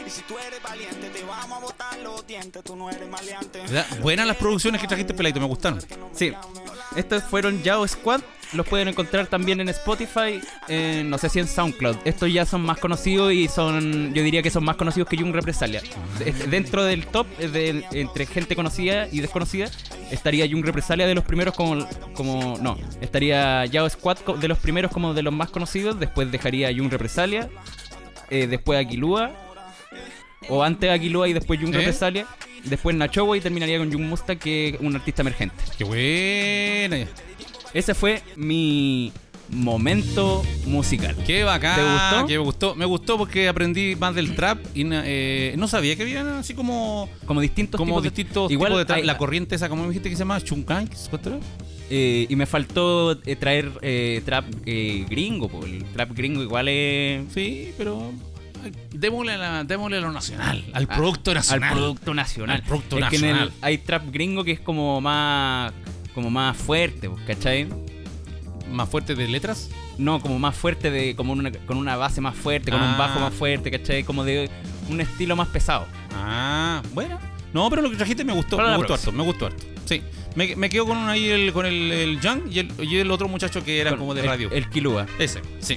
Speaker 5: Y si tú eres valiente, te vamos a botar los dientes. Tú no eres maleante.
Speaker 3: ¿Verdad? Buenas las producciones que trajiste, Peladito. Me gustaron.
Speaker 1: Sí. Estos fueron Yao Squad. Los pueden encontrar también en Spotify, en- no sé si en SoundCloud. Estos ya son más conocidos y son, yo diría que son más conocidos que Young Represalia. De- Dentro del top, eh, del- entre gente conocida y desconocida, estaría Young Represalia de los primeros como, como no, estaría Yao Squad co- de los primeros como de los más conocidos. Después dejaría Young Represalia, eh, después Aquilúa, o antes Aquilúa y después Young
Speaker 3: ¿Eh?
Speaker 1: Represalia. Después Nachowa y terminaría con Young Mustang, que es un artista emergente.
Speaker 3: Qué buena.
Speaker 1: Ese fue mi momento musical.
Speaker 3: Qué bacán.
Speaker 1: ¿Te gustó?
Speaker 3: Que me gustó. Me gustó porque aprendí más del trap y na- eh, no sabía que habían así como.
Speaker 1: Como distintos
Speaker 3: Como
Speaker 1: tipos de-
Speaker 3: distintos
Speaker 1: Igual
Speaker 3: tipos de trap.
Speaker 1: hay-
Speaker 3: La corriente esa, como me dijiste que se llama Chunkanks. ¿Cuánto era?
Speaker 1: eh, y me faltó eh, traer eh, trap eh, gringo, po. el trap gringo igual es
Speaker 3: Sí, pero. ay, Démosle a, la- démosle a lo nacional. Al
Speaker 1: Ah,
Speaker 3: producto nacional.
Speaker 1: al producto nacional.
Speaker 3: Al producto
Speaker 1: es que en el-
Speaker 3: nacional.
Speaker 1: hay trap gringo que es como más como más fuerte, po, ¿cachai?
Speaker 3: Más fuerte de letras.
Speaker 1: No, como más fuerte de como una, con una base más fuerte, con un
Speaker 3: Ah.
Speaker 1: bajo más fuerte, ¿cachai? Como de un estilo más pesado.
Speaker 3: Ah, bueno. No, pero lo que trajiste me gustó,
Speaker 1: Para
Speaker 3: me
Speaker 1: la
Speaker 3: gustó harto,
Speaker 1: próxima.
Speaker 3: me gustó harto. Sí. Me, me quedo con ahí el, con el, el Young y el, y el otro muchacho que era
Speaker 1: Con
Speaker 3: como de
Speaker 1: el-
Speaker 3: radio.
Speaker 1: El Kilua.
Speaker 3: Ese, sí.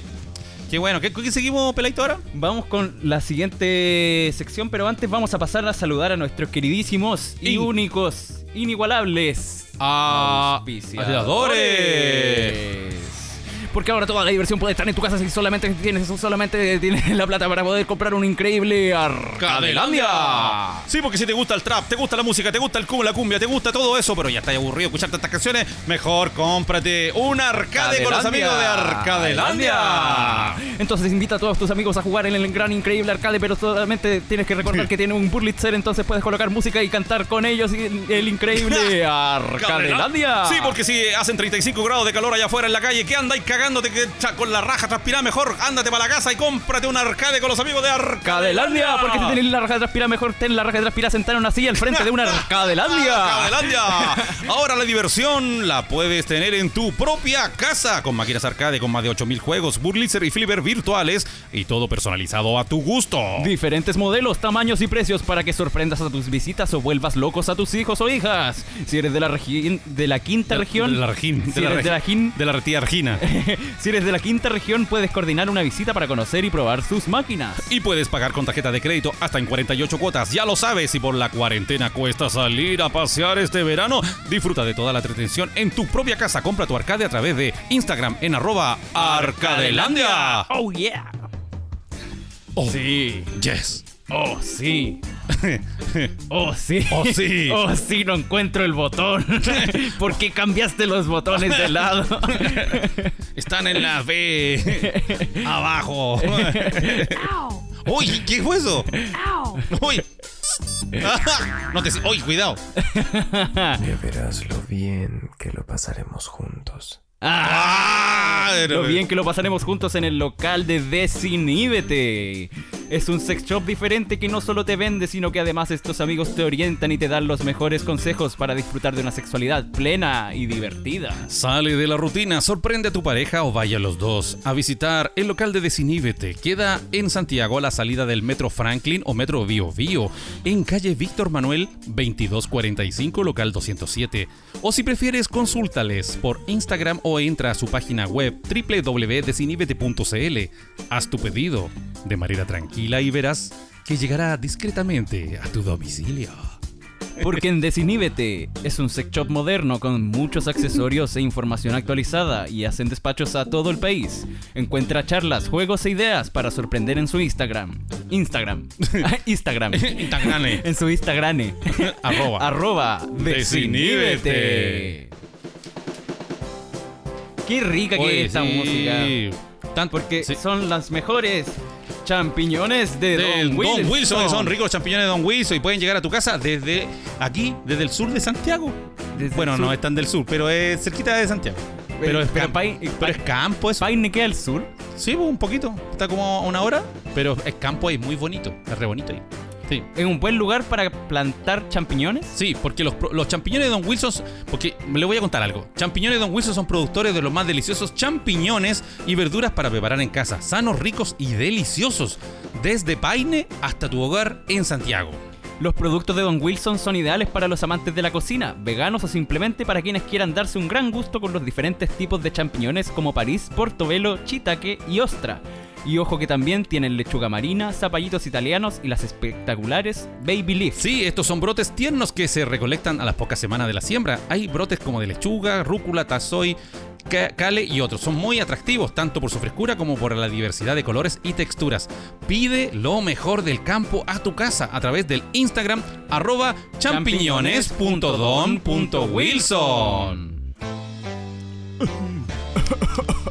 Speaker 3: Qué bueno. ¿Qué, qué seguimos, Peladito, ahora?
Speaker 1: Vamos con la siguiente sección, pero antes vamos a pasar a saludar a nuestros queridísimos y,
Speaker 3: Y-
Speaker 1: únicos, inigualables
Speaker 3: Ah, auspiciadores.
Speaker 1: Porque ahora toda la diversión puede estar en tu casa si solamente tienes, solamente tienes la plata para poder comprar un increíble
Speaker 3: Cadelandia. Sí, porque si te gusta el trap, te gusta la música, te gusta el cum, la cumbia, te gusta todo eso, pero ya estás aburrido de escuchar tantas canciones, mejor cómprate un arcade con los amigos de Arcadelandia.
Speaker 1: Entonces invita a todos tus amigos a jugar en el gran increíble arcade, pero solamente tienes que recordar que tiene un Burlitzer, entonces puedes colocar música y cantar con ellos el, el increíble Arcadelandia.
Speaker 3: Sí, porque si hacen 35 grados de calor allá afuera en la calle, ¿qué andáis cagándote que cha- con la raja transpirada? Mejor ándate para la casa y cómprate un arcade con los amigos de Arcadelandia.
Speaker 1: Arcadelandia, porque si tenés la raja de transpira, mejor ten la raja de transpira sentada en una silla al frente de una Arcadelandia.
Speaker 3: Arcadelandia. Ah, Ahora la diversión la puedes tener en tu propia casa con máquinas arcade con más de 8000 juegos, burlitzer y flipper virtuales y todo personalizado a tu gusto.
Speaker 1: Diferentes modelos, tamaños y precios para que sorprendas a tus visitas o vuelvas locos a tus hijos o hijas. Si eres de la región de la quinta región,
Speaker 3: De la Argin,
Speaker 1: si
Speaker 3: de la
Speaker 1: eres de la
Speaker 3: Argin,
Speaker 1: Jin-
Speaker 3: de la Retía Argina.
Speaker 1: si eres de la quinta región, puedes coordinar una visita para conocer y probar sus máquinas.
Speaker 3: Y puedes pagar con tarjeta de crédito hasta en 48 cuotas. Ya lo sabes, si por la cuarentena cuesta salir a pasear este verano, disfruta de toda la entretención en tu propia casa. Compra tu arcade a través de Instagram en arroba arcadelandia.
Speaker 1: Oh yeah.
Speaker 3: Oh,
Speaker 1: Sí.
Speaker 3: yes.
Speaker 1: Oh sí. Oh sí.
Speaker 3: Oh, sí.
Speaker 1: Oh sí, no encuentro el botón. ¿Por qué cambiaste los botones de lado?
Speaker 3: Están en la B. Abajo. Uy, ¿qué fue eso? Uy. Ah, No te... Uy, cuidado.
Speaker 6: Ya verás lo bien que lo pasaremos juntos.
Speaker 1: Ah.
Speaker 3: Ah,
Speaker 1: Lo bien que lo pasaremos juntos en el local de Desiníbete. Es un sex shop diferente que no solo te vende, sino que además estos amigos te orientan y te dan los mejores consejos para disfrutar de una sexualidad plena y divertida.
Speaker 3: Sale de la rutina, sorprende a tu pareja o vaya los dos a visitar el local de Desiníbete. Queda en Santiago a la salida del Metro Franklin o Metro Bio Bio, en calle Víctor Manuel 2245, local 207. O si prefieres, consúltales por Instagram o entra a su página web www.desiníbete.cl. Haz tu pedido de manera tranquila y verás que llegará discretamente a tu domicilio.
Speaker 1: Porque en Desiníbete es un sex shop moderno con muchos accesorios e información actualizada y hacen despachos a todo el país. Encuentra charlas, juegos e ideas para sorprender en su Instagram. Instagram. Instagram.
Speaker 7: Instagram.
Speaker 1: En su Instagram.
Speaker 7: Arroba.
Speaker 1: Arroba.
Speaker 7: Desiníbete.
Speaker 1: Desiníbete. Qué rica que
Speaker 7: Oye,
Speaker 1: es esta
Speaker 7: sí.
Speaker 1: música.
Speaker 7: Tan-
Speaker 1: Porque
Speaker 7: sí.
Speaker 1: son las mejores champiñones de,
Speaker 7: de
Speaker 1: Don,
Speaker 7: Don Wilson.
Speaker 1: Wilson.
Speaker 7: que son ricos los champiñones de Don Wilson y pueden llegar a tu casa desde aquí, desde el sur de Santiago.
Speaker 1: Desde
Speaker 7: bueno,
Speaker 1: el
Speaker 7: no
Speaker 1: sur.
Speaker 7: es tan del sur, pero es cerquita de Santiago. Pero es,
Speaker 1: pero
Speaker 7: campo,
Speaker 1: Pai-
Speaker 7: pero es campo eso.
Speaker 1: Paine queda al sur.
Speaker 7: Sí, pues, un poquito. Está como a una hora, pero es campo ahí, muy bonito. Es re bonito ahí. Sí.
Speaker 1: ¿Es un buen lugar para plantar champiñones?
Speaker 7: Sí, porque los, pro- los champiñones de Don Wilson, porque le voy a contar algo. Champiñones de Don Wilson son productores de los más deliciosos champiñones y verduras para preparar en casa, sanos, ricos y deliciosos, desde Paine hasta tu hogar en Santiago.
Speaker 1: Los productos de Don Wilson son ideales para los amantes de la cocina, veganos o simplemente para quienes quieran darse un gran gusto con los diferentes tipos de champiñones como París, Portobelo, Chitaque y Ostra. Y ojo que también tienen lechuga marina, zapallitos italianos y las espectaculares Baby Leaf.
Speaker 7: Sí, estos son brotes tiernos que se recolectan a las pocas semanas de la siembra. Hay brotes como de lechuga, rúcula, tazoy, ca- cale y otros. Son muy atractivos, tanto por su frescura como por la diversidad de colores y texturas. Pide lo mejor del campo a tu casa a través del Instagram arroba champiñones.don.wilson.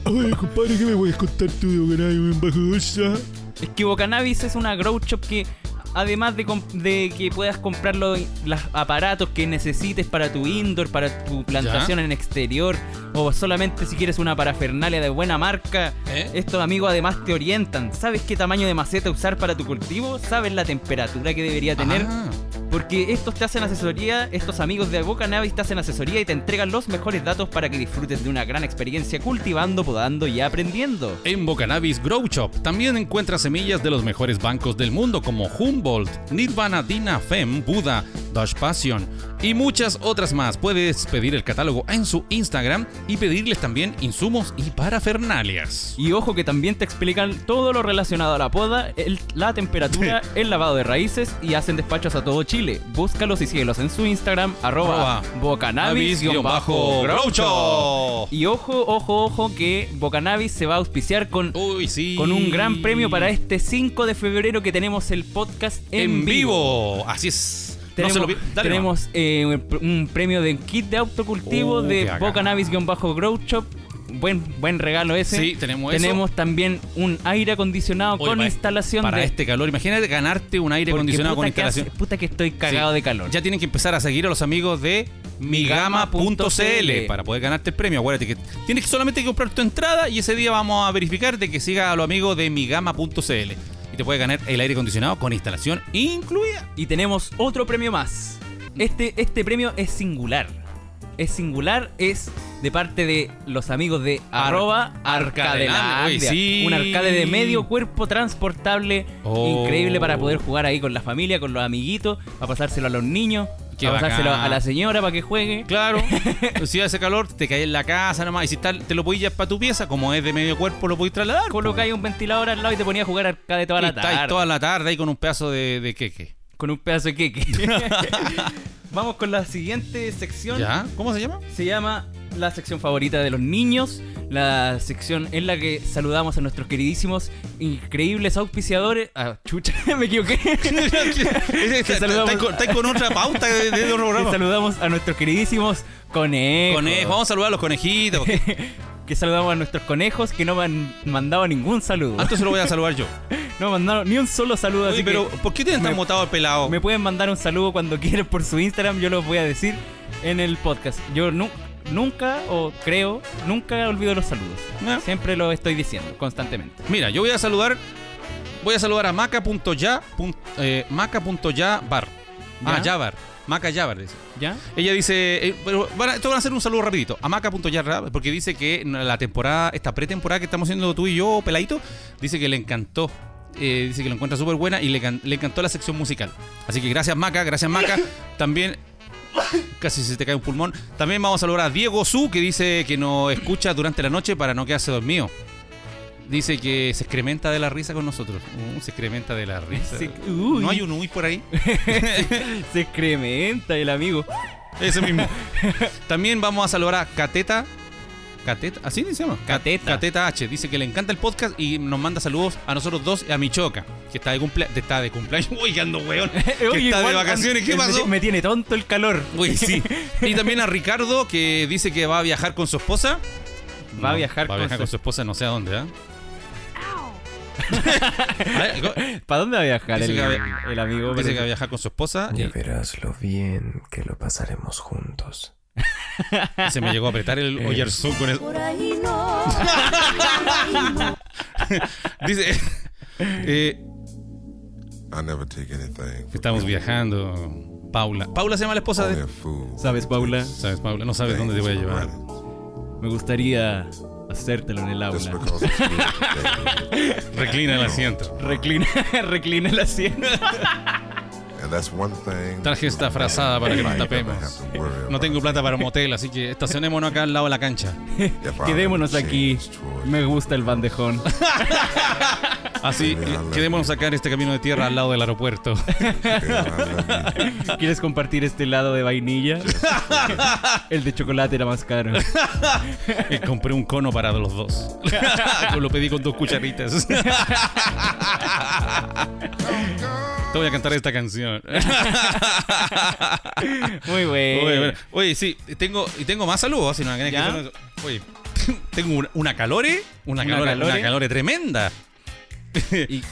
Speaker 3: Oye, compadre, ¿qué me voy a contar tú de Bocanay, me embajadosa?
Speaker 1: Es que Bocanabis es una grow shop que, además de, comp- de que puedas comprar lo- los aparatos que necesites para tu indoor, para tu plantación en exterior, o solamente si quieres una parafernalia de buena marca,
Speaker 7: ¿Eh?
Speaker 1: estos amigos además te orientan. ¿Sabes qué tamaño de maceta usar para tu cultivo? ¿Sabes la temperatura que debería tener?
Speaker 7: Ah,
Speaker 1: Porque estos te hacen asesoría, estos amigos de Bocanabis te hacen asesoría y te entregan los mejores datos para que disfrutes de una gran experiencia cultivando, podando y aprendiendo.
Speaker 7: en Bocanabis Grow Shop también encuentras semillas de los mejores bancos del mundo como Humboldt, Nirvana, Dina, Fem, Buda, Dash Passion y muchas otras más. Puedes pedir el catálogo en su Instagram y pedirles también insumos y parafernalias.
Speaker 1: Y ojo que también te explican todo lo relacionado a la poda, el- la temperatura, el lavado de raíces y hacen despachos a todo Chile. Búscalos y síguelos en su Instagram, arroba
Speaker 7: Arroba
Speaker 1: bocanabis-groucho.
Speaker 7: Groucho.
Speaker 1: Y ojo, ojo, ojo que Bocanabis se va a auspiciar con,
Speaker 7: Uy, sí.
Speaker 1: con un gran premio para este 5 de febrero que tenemos el podcast en,
Speaker 7: en vivo. Así es. No
Speaker 1: Tenemos,
Speaker 7: se lo pi- Dale
Speaker 1: tenemos,
Speaker 7: nomás.
Speaker 1: eh, un pr- un premio de kit de autocultivo
Speaker 7: Oh, qué
Speaker 1: de
Speaker 7: bacán.
Speaker 1: Bocanabis-Grow Shop. Buen, buen regalo ese.
Speaker 7: Sí, tenemos eso.
Speaker 1: Tenemos también un aire acondicionado
Speaker 7: Oye,
Speaker 1: con
Speaker 7: para-
Speaker 1: instalación
Speaker 7: Para
Speaker 1: de...
Speaker 7: este calor, imagínate ganarte un aire
Speaker 1: Porque
Speaker 7: acondicionado
Speaker 1: puta
Speaker 7: con
Speaker 1: que
Speaker 7: instalación.
Speaker 1: hace- puta que estoy cagado
Speaker 7: Sí.
Speaker 1: de calor.
Speaker 7: Ya tienen que empezar a seguir a los amigos de migama.cl para poder ganarte el premio. Acuérdate que tienes que solamente que comprar tu entrada y ese día vamos a verificar de que siga a los amigos de migama.cl y te puedes ganar el aire acondicionado con instalación incluida.
Speaker 1: Y tenemos otro premio más. Este, este premio es singular. Es singular, es de parte de los amigos de
Speaker 7: Ar-
Speaker 1: arroba
Speaker 7: Arcadelandia. Oye,
Speaker 1: Arcadelandia.
Speaker 7: sí.
Speaker 1: Un arcade de medio cuerpo transportable.
Speaker 7: Oh.
Speaker 1: Increíble para poder jugar ahí con la familia, con los amiguitos, para pasárselo a los niños,
Speaker 7: Qué
Speaker 1: para pasárselo
Speaker 7: bacán.
Speaker 1: a la señora para que juegue.
Speaker 7: Claro, si hace calor, te caes en la casa nomás. Y si tal, te lo podías llevar para tu pieza, como es de medio cuerpo, lo podías trasladar.
Speaker 1: Colocáis un ventilador al lado y te ponías a jugar arcade toda
Speaker 7: Y
Speaker 1: la
Speaker 7: estáis
Speaker 1: tarde.
Speaker 7: toda la tarde ahí con un pedazo de, de queque.
Speaker 1: Con un pedazo de queque. Vamos con la siguiente sección.
Speaker 7: ¿Ya? ¿Cómo se llama?
Speaker 1: se llama la sección favorita de los niños, la sección en la que saludamos a nuestros queridísimos increíbles auspiciadores. Ah, chucha, me equivoqué. saludamos.
Speaker 7: Estáis con, estáis con otra pauta de, de otro
Speaker 1: Que
Speaker 7: programa.
Speaker 1: saludamos a nuestros queridísimos conejos.
Speaker 7: Conejo, vamos a saludar a los conejitos.
Speaker 1: Que saludamos a nuestros conejos que no me han mandado ningún saludo.
Speaker 7: Antes se lo voy a saludar yo.
Speaker 1: No mandaron ni un solo saludo,
Speaker 7: Ah, Oye,
Speaker 1: así
Speaker 7: pero oh.
Speaker 1: que
Speaker 7: ¿por qué tienen tan
Speaker 1: me-
Speaker 7: botado el pelado?
Speaker 1: me pueden mandar un saludo cuando quieran por su Instagram. Yo los voy a decir en el podcast. Yo nu- nunca, o creo, nunca olvido los saludos.
Speaker 7: Ah.
Speaker 1: Siempre los estoy diciendo, constantemente.
Speaker 7: Mira, yo voy a saludar. Voy a saludar a maca.ya. pun- eh, maca.ya bar. Ah,
Speaker 1: ¿Ya?
Speaker 7: ya bar. Maca ya bar dice.
Speaker 1: ¿Ya?
Speaker 7: Ella dice, eh, pero van a, esto van a hacer un saludo rapidito, a maca.ya rap, porque dice que en la temporada, esta pretemporada que estamos haciendo tú y yo, peladito, dice que le encantó. eh, dice que lo encuentra súper buena y le, can- le encantó la sección musical. Así que gracias Maca, gracias Maca. También, casi se te cae un pulmón. También vamos a saludar a Diego Su, que dice que nos escucha durante la noche para no quedarse dormido.
Speaker 3: Dice que se excrementa de la risa con nosotros. Uh, se excrementa de la risa.
Speaker 1: Se- uy.
Speaker 3: ¿No hay un uy por ahí?
Speaker 1: Se excrementa el amigo.
Speaker 3: Ese mismo. También vamos a saludar a Cateta. Cateta, así se llama. Ca-
Speaker 1: Cateta.
Speaker 3: Cateta H. Dice que le encanta el podcast y nos manda saludos a nosotros dos y a Michoca, que está de, cumplea está de cumpleaños. Uy, que ando weón. Que
Speaker 1: Oye,
Speaker 3: está de
Speaker 1: Juan,
Speaker 3: vacaciones. ¿Qué
Speaker 1: me-
Speaker 3: pasó?
Speaker 1: Me tiene tonto el calor.
Speaker 3: Uy, sí. Y también a Ricardo, que dice que va a viajar con su esposa.
Speaker 1: Va a
Speaker 3: No,
Speaker 1: viajar
Speaker 3: va a
Speaker 1: con
Speaker 3: viajar con su esposa, no sé a dónde, ¿ah? A ver, go-
Speaker 1: ¿Para dónde va a viajar
Speaker 3: Dice
Speaker 1: el,
Speaker 3: que va-
Speaker 1: el amigo?
Speaker 3: Dice que va a viajar con su esposa
Speaker 6: Ya
Speaker 3: y
Speaker 6: verás lo bien que lo pasaremos juntos.
Speaker 3: se me llegó a apretar el Oyarzún con el.
Speaker 8: Por ahí no.
Speaker 3: Dice. eh,
Speaker 9: I never take anything. for
Speaker 3: Estamos
Speaker 9: granted.
Speaker 3: viajando. Paula. Paula se llama la esposa
Speaker 9: Only
Speaker 3: de.
Speaker 9: a fool
Speaker 1: ¿Sabes, Paula?
Speaker 3: Sabes, Paula, no sabes dónde te voy a
Speaker 9: thinks for
Speaker 3: llevar.
Speaker 9: granted
Speaker 1: Me gustaría hacértelo en el
Speaker 9: Just
Speaker 1: aula.
Speaker 9: because it's good today.
Speaker 3: Reclina el asiento.
Speaker 1: Reclina, reclina el asiento.
Speaker 9: And that's one thing
Speaker 3: Traje esta frazada para que nos
Speaker 9: I never have
Speaker 3: tapemos.
Speaker 9: to worry
Speaker 3: No tengo
Speaker 9: about.
Speaker 3: plata para un motel, así que estacionémonos acá al lado de la cancha.
Speaker 9: If I
Speaker 1: Quedémonos
Speaker 9: would
Speaker 1: aquí.
Speaker 9: change towards
Speaker 1: Me
Speaker 9: you,
Speaker 1: gusta el bandejón.
Speaker 3: Así eh, quedémonos acá en este camino de tierra al lado del aeropuerto.
Speaker 9: then I love you.
Speaker 1: ¿Quieres compartir este helado de vainilla? El de chocolate era más caro.
Speaker 3: Y compré un cono para los dos. Lo pedí con dos cucharitas. Te voy a cantar esta canción.
Speaker 1: Muy bueno.
Speaker 3: Oye, bueno, oye, sí, tengo, y tengo más saludos. Si no, que
Speaker 1: Eh. ¿Ya?
Speaker 3: son- oye, tengo una, una calore, una,
Speaker 1: ¿Una
Speaker 3: calore,
Speaker 1: calore?
Speaker 3: una calore tremenda.
Speaker 1: ¿Y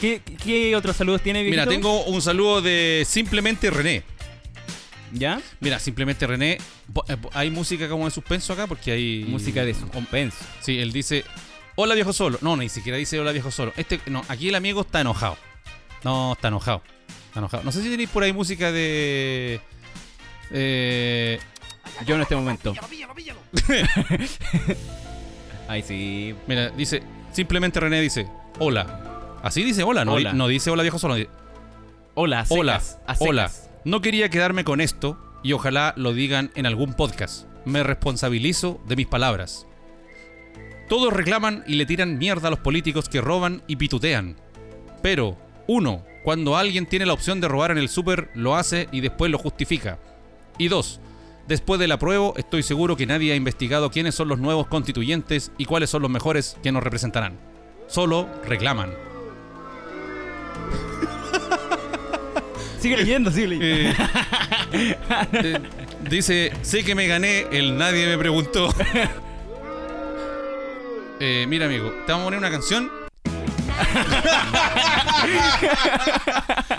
Speaker 1: qué, qué otros saludos tiene,
Speaker 3: Mira,
Speaker 1: Vito?
Speaker 3: tengo un saludo de simplemente René.
Speaker 1: ¿Ya?
Speaker 3: Mira, simplemente René, bo- eh, bo- hay música como de suspenso acá porque hay
Speaker 1: Música de suspenso.
Speaker 3: Sí, él dice, "Hola viejo solo." No, ni siquiera dice "Hola viejo solo." Este no, aquí el amigo está enojado. No, está enojado. Está enojado. No sé si tenéis por ahí música de eh,
Speaker 1: Yo en este momento. Ay, sí.
Speaker 3: Mira, dice, simplemente René dice, hola. Así dice hola, no,
Speaker 1: Hola.
Speaker 3: no dice hola viejo solo. dice,
Speaker 1: Hola, a secas,
Speaker 3: Hola,
Speaker 1: a secas.
Speaker 3: hola. No quería quedarme con esto y ojalá lo digan en algún podcast. Me responsabilizo de mis palabras. Todos reclaman y le tiran mierda a los políticos que roban y pitutean. Pero, uno, cuando alguien tiene la opción de robar en el súper, lo hace y después lo justifica. Y dos, después del apruebo, estoy seguro que nadie ha investigado quiénes son los nuevos constituyentes y cuáles son los mejores que nos representarán. Solo reclaman.
Speaker 1: Sigue leyendo, sigue leyendo.
Speaker 3: Eh, eh, dice, sé que me gané el nadie me preguntó. Eh, mira, amigo, te vamos a poner una canción.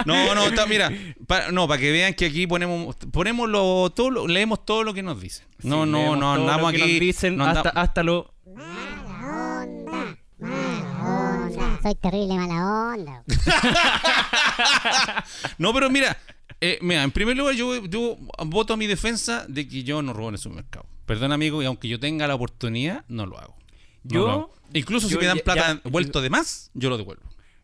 Speaker 3: No, no, está- mira, pa- no, para que vean que aquí ponemos, ponemos lo, todo lo- leemos todo lo que nos dicen. No,
Speaker 1: Sí,
Speaker 3: no,
Speaker 1: leemos
Speaker 3: no,
Speaker 1: todo lo
Speaker 3: andamos
Speaker 1: que
Speaker 3: aquí.
Speaker 1: Nos dicen
Speaker 3: no andamos-
Speaker 1: hasta, hasta lo.
Speaker 8: Soy terrible mala onda.
Speaker 3: No, pero mira, eh, mira, en primer lugar yo, yo voto a mi defensa de que yo no robo en el supermercado. Perdón, amigo, y aunque yo tenga la oportunidad, no lo hago. No
Speaker 1: Yo-
Speaker 3: lo hago. Incluso si
Speaker 1: yo
Speaker 3: me dan
Speaker 1: ya-
Speaker 3: plata
Speaker 1: ya-
Speaker 3: vuelto de más, yo lo devuelvo.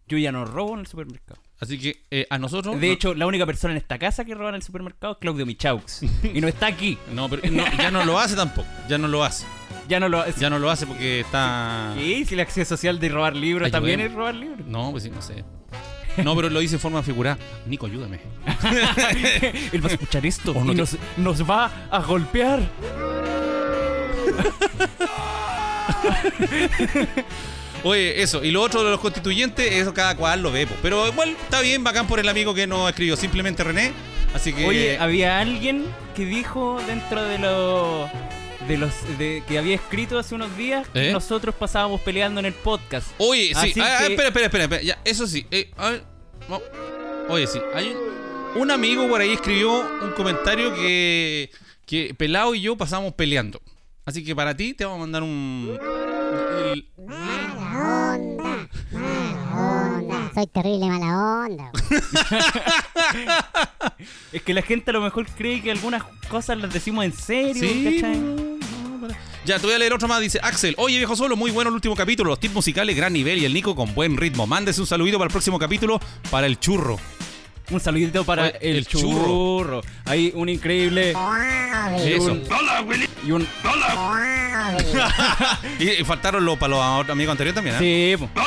Speaker 1: Yo ya no robo en el supermercado.
Speaker 3: Así que eh, a nosotros...
Speaker 1: De
Speaker 3: no-
Speaker 1: hecho, la única persona en esta casa que roba en el supermercado es Claudio Michaux. y no está aquí.
Speaker 3: No, pero no, ya no lo hace tampoco. Ya no lo hace.
Speaker 1: Ya no lo hace.
Speaker 3: Ya no lo hace porque está...
Speaker 1: ¿Y si la acción social de robar libros
Speaker 3: Ayudemos.
Speaker 1: también es robar libros?
Speaker 3: No, pues sí, no sé. No, pero lo dice en forma figurada. Nico, ayúdame.
Speaker 1: Él va a escuchar esto
Speaker 3: O no
Speaker 1: y
Speaker 3: te-
Speaker 1: nos, nos va a golpear.
Speaker 3: Oye, eso. Y lo otro de los constituyentes, eso cada cual lo ve. po. Pero igual está bien, bacán por el amigo que nos escribió. Simplemente René. Así que...
Speaker 1: Oye, había alguien que dijo dentro de lo de los de, que había escrito hace unos días que
Speaker 3: ¿Eh?
Speaker 1: nosotros pasábamos peleando en el podcast.
Speaker 3: Oye, sí,
Speaker 1: Así
Speaker 3: ah, ah,
Speaker 1: que-
Speaker 3: espera, espera, espera, espera, ya, eso sí, eh, a ver, no. oye, sí, hay un, un amigo por ahí escribió un comentario que, que Pelado y yo pasamos peleando, así que para ti te vamos a mandar un... el-
Speaker 8: Soy terrible mala onda.
Speaker 1: Es que la gente a lo mejor cree que algunas cosas las decimos en serio,
Speaker 3: Sí,
Speaker 1: ¿cachai?
Speaker 3: Ya, te voy a leer otro más, dice Axel, oye viejo solo, muy bueno el último capítulo, los tips musicales, gran nivel y el Nico con buen ritmo, mándese un saludito para el próximo capítulo para el churro.
Speaker 1: Un saludito para
Speaker 3: Oye,
Speaker 1: el,
Speaker 3: el
Speaker 1: churro.
Speaker 3: churro.
Speaker 1: Hay un increíble
Speaker 3: Eso.
Speaker 1: un- y un.
Speaker 3: Y, y faltaron los, para los amigos anteriores también, ¿eh?
Speaker 1: Sí, po.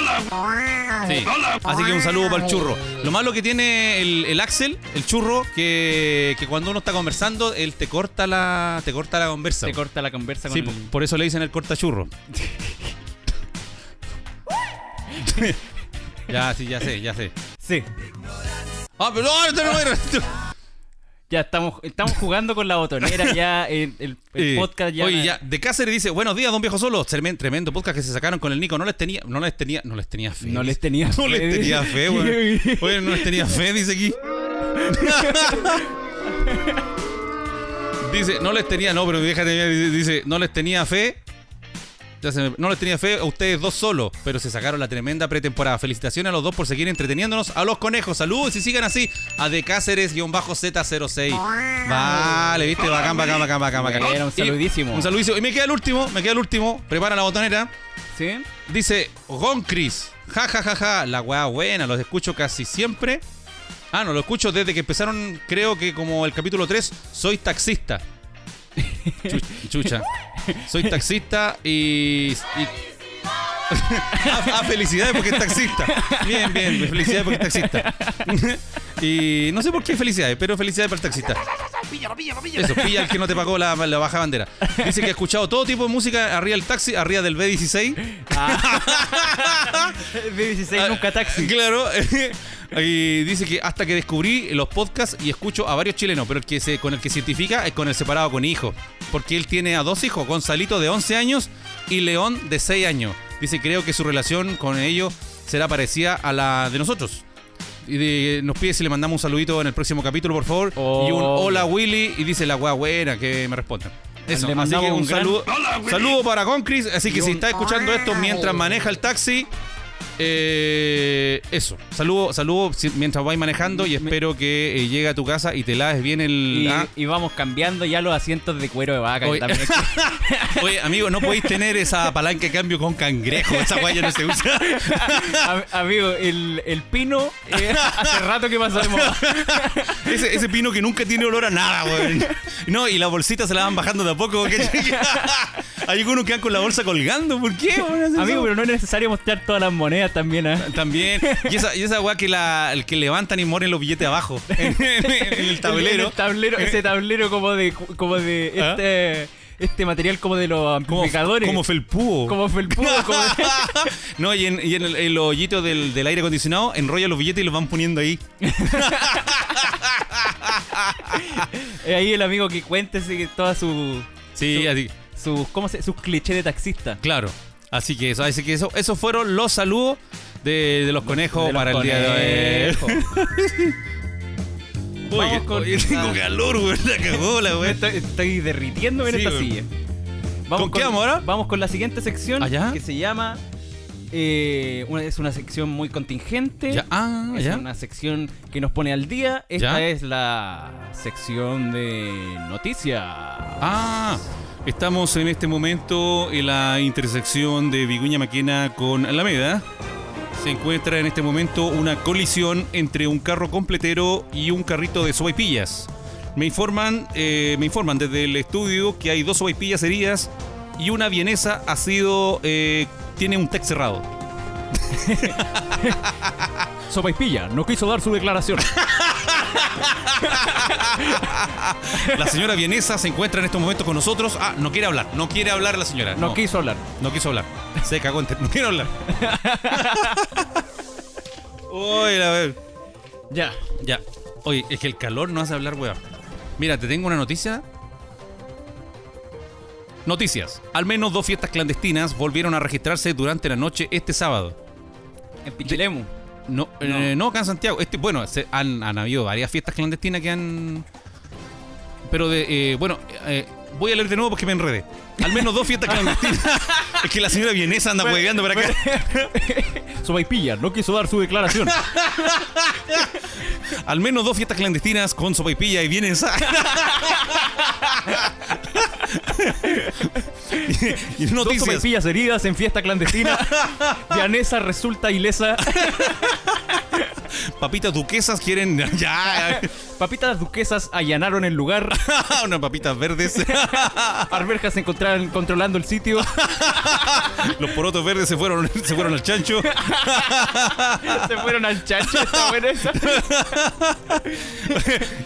Speaker 3: Sí. Así que un saludo para el churro. Lo malo que tiene el, el Axel, el churro, que, que cuando uno está conversando, él te corta la, te corta la conversa.
Speaker 1: se corta la conversa con
Speaker 3: Sí,
Speaker 1: el-
Speaker 3: po- por eso le dicen el cortachurro. ya, sí, ya sé, ya sé.
Speaker 1: Sí.
Speaker 3: Ah, pero no, no, no, no, no.
Speaker 1: Ya estamos, estamos jugando con la botonera. ya el, el- el
Speaker 3: Eh,
Speaker 1: podcast ya.
Speaker 3: Oye, ya, de Cáceres dice, buenos días, don viejo solo. Tremen- Tremendo podcast que se sacaron con el Nico. No les tenía, no les tenía, no les tenía fe.
Speaker 1: No
Speaker 3: dice.
Speaker 1: les tenía
Speaker 3: No les
Speaker 1: fe.
Speaker 3: tenía fe, weón. Oye, no les tenía fe, dice aquí. dice, no les tenía, no, pero déjate, mira, dice- dice, no les tenía fe. Ya se me- no les tenía fe a ustedes dos solos, pero se sacaron la tremenda pretemporada. Felicitaciones a los dos por seguir entreteniéndonos. A los conejos, saludos y sigan así. A de Cáceres-Z06. Vale, viste, bacán, bacán, bacán, bacán, bacán.
Speaker 1: Bueno, un
Speaker 3: Y-
Speaker 1: saludísimo.
Speaker 3: Un saludísimo. Y me queda el último, me queda el último. Prepara la botonera.
Speaker 1: ¿Sí?
Speaker 3: Dice Goncris. Ja, ja, ja, ja. La weá buena. Los escucho casi siempre. Ah, no, lo escucho desde que empezaron, creo que como el capítulo 3, soy taxista. Chu- Chucha. Soy taxista y... y- ah, ah, felicidades porque es taxista. Bien, bien, felicidades porque es taxista. y no sé por qué felicidades, pero felicidades para el taxista. Eso, pilla el que no te pagó la, la baja bandera. Dice que ha escuchado todo tipo de música arriba del taxi, arriba del B16.
Speaker 1: B16
Speaker 3: Ah,
Speaker 1: nunca taxi.
Speaker 3: Claro. y dice que hasta que descubrí los podcasts y escucho a varios chilenos, pero el que se, con el que se identifica es con el separado con hijo. Porque él tiene a dos hijos, Gonzalito de 11 años y León de 6 años. Dice, creo que su relación con ellos será parecida a la de nosotros. Y de- nos pide si le mandamos un saludito en el próximo capítulo, por favor.
Speaker 1: Oh.
Speaker 3: Y un hola Willy. Y dice la wea buena que me respondan. Eso,
Speaker 1: Le
Speaker 3: así
Speaker 1: mandamos
Speaker 3: que un,
Speaker 1: un gran-
Speaker 3: saludo, saludo para Concris. Así que
Speaker 1: Y
Speaker 3: si
Speaker 1: un-
Speaker 3: está escuchando esto mientras maneja el taxi, eh, eso. Saludo, saludo si- mientras vais manejando y espero que eh, llegue a tu casa y te laves bien el.
Speaker 1: Y,
Speaker 3: ah.
Speaker 1: y vamos cambiando ya los asientos de cuero de vaca. que
Speaker 3: Oye.
Speaker 1: también-
Speaker 3: Oye, amigo, no podéis tener esa palanca de cambio con cangrejo. Esa guaya no se usa.
Speaker 1: A- amigo, el, el pino eh, hace rato que pasó de moda.
Speaker 3: Ese, ese pino que nunca tiene olor a nada, weón. No, y las bolsitas se las van bajando de a poco. ¿cachai? Hay algunos que van con la bolsa colgando. ¿Por qué? weón, hacen eso?
Speaker 1: Amigo, pero no es necesario mostrar todas las monedas también. ¿ah?
Speaker 3: También. Y esa, y esa weá que, la, el que levantan y moren los billetes abajo. En, en- en el
Speaker 1: En
Speaker 3: tablero. Eh.
Speaker 1: el tablero, ese tablero como de como de
Speaker 3: ¿Ah?
Speaker 1: este, este material como de los
Speaker 3: Como,
Speaker 1: amplificadores.
Speaker 3: como felpúo.
Speaker 1: Como felpudo, como de-
Speaker 3: no, y en, y en el, el hoyito del, del aire acondicionado, enrolla los billetes y los van poniendo ahí.
Speaker 1: Eh, ahí el amigo que cuéntese que todas sus
Speaker 3: Sí, así.
Speaker 1: sus ¿cómo se- sus clichés de taxista.
Speaker 3: Claro. Así que eso, así que eso, esos fueron los saludos de, de los conejos
Speaker 1: De los
Speaker 3: para el día de hoy.
Speaker 1: conejos.
Speaker 3: Oye,
Speaker 1: Vamos con-
Speaker 3: oye, tengo calor, güey. La cagó la güey.
Speaker 1: Estoy, estoy derritiéndome en
Speaker 3: Sí,
Speaker 1: esta
Speaker 3: weón.
Speaker 1: silla.
Speaker 3: ¿Con qué vamos ahora?
Speaker 1: Vamos con la siguiente sección
Speaker 3: ¿Ah, ya?
Speaker 1: que se llama eh, una- es una sección muy contingente.
Speaker 3: Ya, ah,
Speaker 1: Es
Speaker 3: ya.
Speaker 1: una sección que nos pone al día. Esta
Speaker 3: ¿Ya?
Speaker 1: es la sección de noticias.
Speaker 3: Ah, estamos en este momento en la intersección de Viguña Maquena con Alameda. Se encuentra en este momento una colisión entre un carro completero y un carrito de sobaipillas. Me informan, eh, me informan desde el estudio que hay dos sobaipillas heridas y una vienesa ha sido eh, tiene un tech cerrado.
Speaker 1: Sopa y pilla, no quiso dar su declaración.
Speaker 3: La señora vienesa se encuentra en estos momentos con nosotros. Ah, no quiere hablar, no quiere hablar la señora.
Speaker 1: No, quiso hablar.
Speaker 3: No quiso hablar. Se cagó en te- No quiero hablar. Uy, a ver.
Speaker 1: Ya.
Speaker 3: Ya. Oye, es que el calor no hace hablar, weón. Mira, te tengo una noticia. Noticias. Al menos dos fiestas clandestinas volvieron a registrarse durante la noche este sábado.
Speaker 1: En Pichilemu.
Speaker 3: No, eh, no acá en Santiago. Este, bueno, se- han, han habido varias fiestas clandestinas que han. Pero de. eh, bueno, eh, voy a leer de nuevo porque me enredé. Al menos dos fiestas clandestinas. es que la señora vienesa anda hueveando para acá.
Speaker 1: Sopa y pilla, no quiso dar su declaración.
Speaker 3: Al menos dos fiestas clandestinas con sopaipilla y vienen y, y
Speaker 1: Dos
Speaker 3: noticias.
Speaker 1: sopaipillas heridas en fiesta clandestina. Vianesa resulta ilesa.
Speaker 3: papitas duquesas quieren. Ya.
Speaker 1: Papitas duquesas allanaron el lugar.
Speaker 3: Unas papitas verdes.
Speaker 1: Arberjas se encontraron controlando el sitio.
Speaker 3: Los porotos verdes se fueron, se fueron al chancho.
Speaker 1: se fueron al chancho. Está buena esa.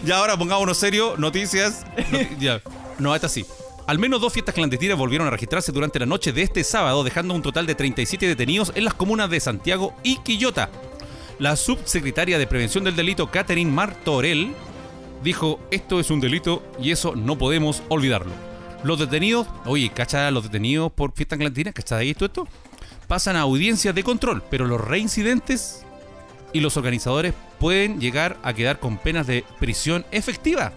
Speaker 3: ya ahora pongámonos serio, noticias. Noti- ya. No, esta sí. Al menos dos fiestas clandestinas volvieron a registrarse durante la noche de este sábado, dejando un total de 37 detenidos en las comunas de Santiago y Quillota. La subsecretaria de Prevención del Delito, Catherine Martorell, dijo, esto es un delito y eso no podemos olvidarlo. Los detenidos, oye, cacha, los detenidos por fiestas clandestinas, ¿cachai ahí esto, esto? Pasan a audiencias de control, pero los reincidentes y los organizadores pueden llegar a quedar con penas de prisión efectiva.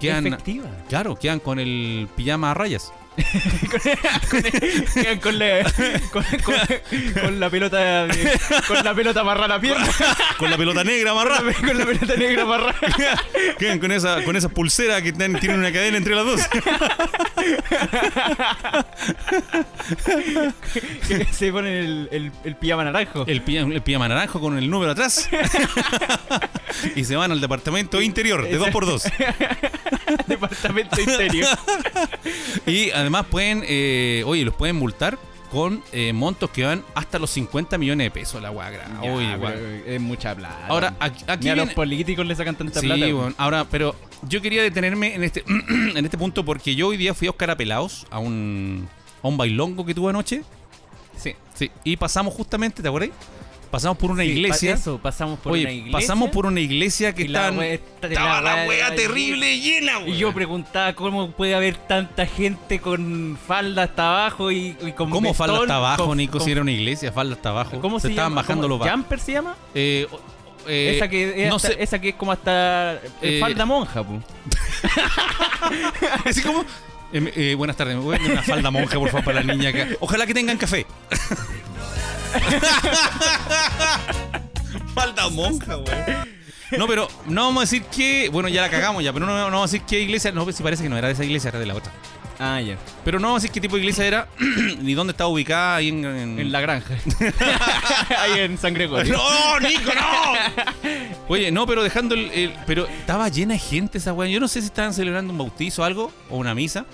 Speaker 3: Quedan,
Speaker 1: Efectiva.
Speaker 3: Claro, quedan con el pijama a rayas.
Speaker 1: Quedan con la, con, con- con la pelota de- con la pelota amarrada a la pierna.
Speaker 3: Con la pelota negra amarrada.
Speaker 1: Con la pelota negra amarrada.
Speaker 3: Quedan con esa, con esa pulsera que ten- tienen una cadena entre las dos.
Speaker 1: Que se ponen el, el, el pijama naranjo.
Speaker 3: El, pi- el pijama naranjo con el número atrás. y se van al departamento interior de 2x2.
Speaker 1: departamento interior.
Speaker 3: Y además pueden, eh, oye, los pueden multar con eh, montos que van hasta los 50 millones de pesos la guagra. Oye,
Speaker 1: Ya,
Speaker 3: guagra.
Speaker 1: pero Es mucha plata.
Speaker 3: Ahora, aquí, aquí
Speaker 1: Ni a
Speaker 3: viene-
Speaker 1: los políticos le sacan tanta
Speaker 3: Sí,
Speaker 1: plata.
Speaker 3: weón. ahora, pero yo quería detenerme en este, en este punto porque yo hoy día fui a Oscar Apelaos a un, a un bailongo que tuve anoche. Sí, sí. Y pasamos justamente, ¿te acuerdas? Pasamos por una
Speaker 1: Sí, pa-
Speaker 3: iglesia.
Speaker 1: eso, pasamos por
Speaker 3: Oye,
Speaker 1: una iglesia.
Speaker 3: pasamos por una iglesia que
Speaker 1: y la
Speaker 3: está.
Speaker 1: wea está-
Speaker 3: Estaba
Speaker 1: la
Speaker 3: la
Speaker 1: wea
Speaker 3: wea terrible llena, weón.
Speaker 1: Y yo preguntaba cómo puede haber tanta gente con falda hasta abajo y, y con
Speaker 3: ¿Cómo falda
Speaker 1: vestón,
Speaker 3: hasta abajo,
Speaker 1: con-
Speaker 3: Nico?
Speaker 1: con-
Speaker 3: Si era una iglesia, falda hasta abajo.
Speaker 1: ¿Cómo se,
Speaker 3: estaban
Speaker 1: llama?
Speaker 3: bajando
Speaker 1: ¿Cómo?
Speaker 3: los bajos.
Speaker 1: ¿Jumper se llama?
Speaker 3: Eh, o- eh,
Speaker 1: esa, que es
Speaker 3: no
Speaker 1: hasta-
Speaker 3: sé.
Speaker 1: esa que es como hasta eh,
Speaker 3: Eh,
Speaker 1: falda monja, pu.
Speaker 3: Así como. eh, eh, buenas tardes, ¿me pueden dar una falda monja, por favor, para la niña acá? Ojalá que tengan café. falda monja, güey. No, pero no vamos a decir que. Bueno, ya la cagamos ya, pero no, no vamos a decir qué iglesia. No, pues, si parece que no era de esa iglesia, era de la otra.
Speaker 1: Ah, ya.
Speaker 3: Pero no vamos a decir qué tipo de iglesia era, ni dónde estaba ubicada ahí en. en-
Speaker 1: En la granja. Ahí en San Gregorio.
Speaker 3: Mm. ¡No, Nico, no! Oye, no, pero dejando el, el- Pero estaba llena de gente esa weá. Yo no sé si estaban celebrando un bautizo o algo, o una misa,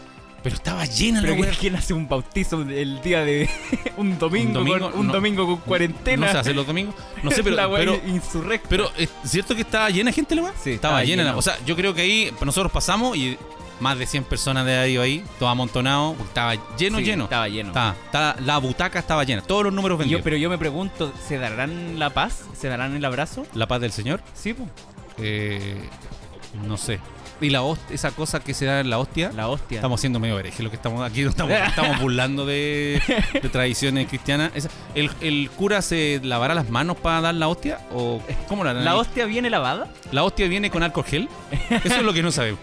Speaker 3: pero estaba llena la
Speaker 1: Pero
Speaker 3: weá.
Speaker 1: que- ¿quién hace un bautizo el día de un domingo,
Speaker 3: Un domingo,
Speaker 1: con, un
Speaker 3: no.
Speaker 1: domingo con cuarentena?
Speaker 3: No se hace los domingos. No sé, pero.
Speaker 1: la wea
Speaker 3: pero
Speaker 1: insurrecta.
Speaker 3: pero, ¿es cierto que estaba llena de gente la weá?
Speaker 1: Sí,
Speaker 3: estaba
Speaker 1: estaba
Speaker 3: llena.
Speaker 1: lleno.
Speaker 3: O sea, yo creo que ahí nosotros pasamos y más de 100 personas de ahí, ahí todo amontonado. porque Estaba lleno,
Speaker 1: Sí,
Speaker 3: lleno.
Speaker 1: Estaba lleno.
Speaker 3: Estaba- estaba- la butaca estaba llena. Todos los números
Speaker 1: Y
Speaker 3: vendidos.
Speaker 1: yo- pero yo me pregunto, ¿se darán la paz? ¿Se darán el abrazo?
Speaker 3: La paz del Señor.
Speaker 1: Sí, pues.
Speaker 3: Eh, no sé. Y la host- esa cosa que se da en la hostia.
Speaker 1: La hostia.
Speaker 3: Estamos haciendo medio hereje lo que estamos aquí, no estamos, estamos burlando de, de tradiciones cristianas. Esa- el, el cura se lavará las manos para dar la hostia? ¿O cómo la, harán
Speaker 1: ¿La
Speaker 3: ahí?
Speaker 1: hostia viene lavada?
Speaker 3: ¿La hostia viene con alcohol gel? Eso es lo que no sabemos.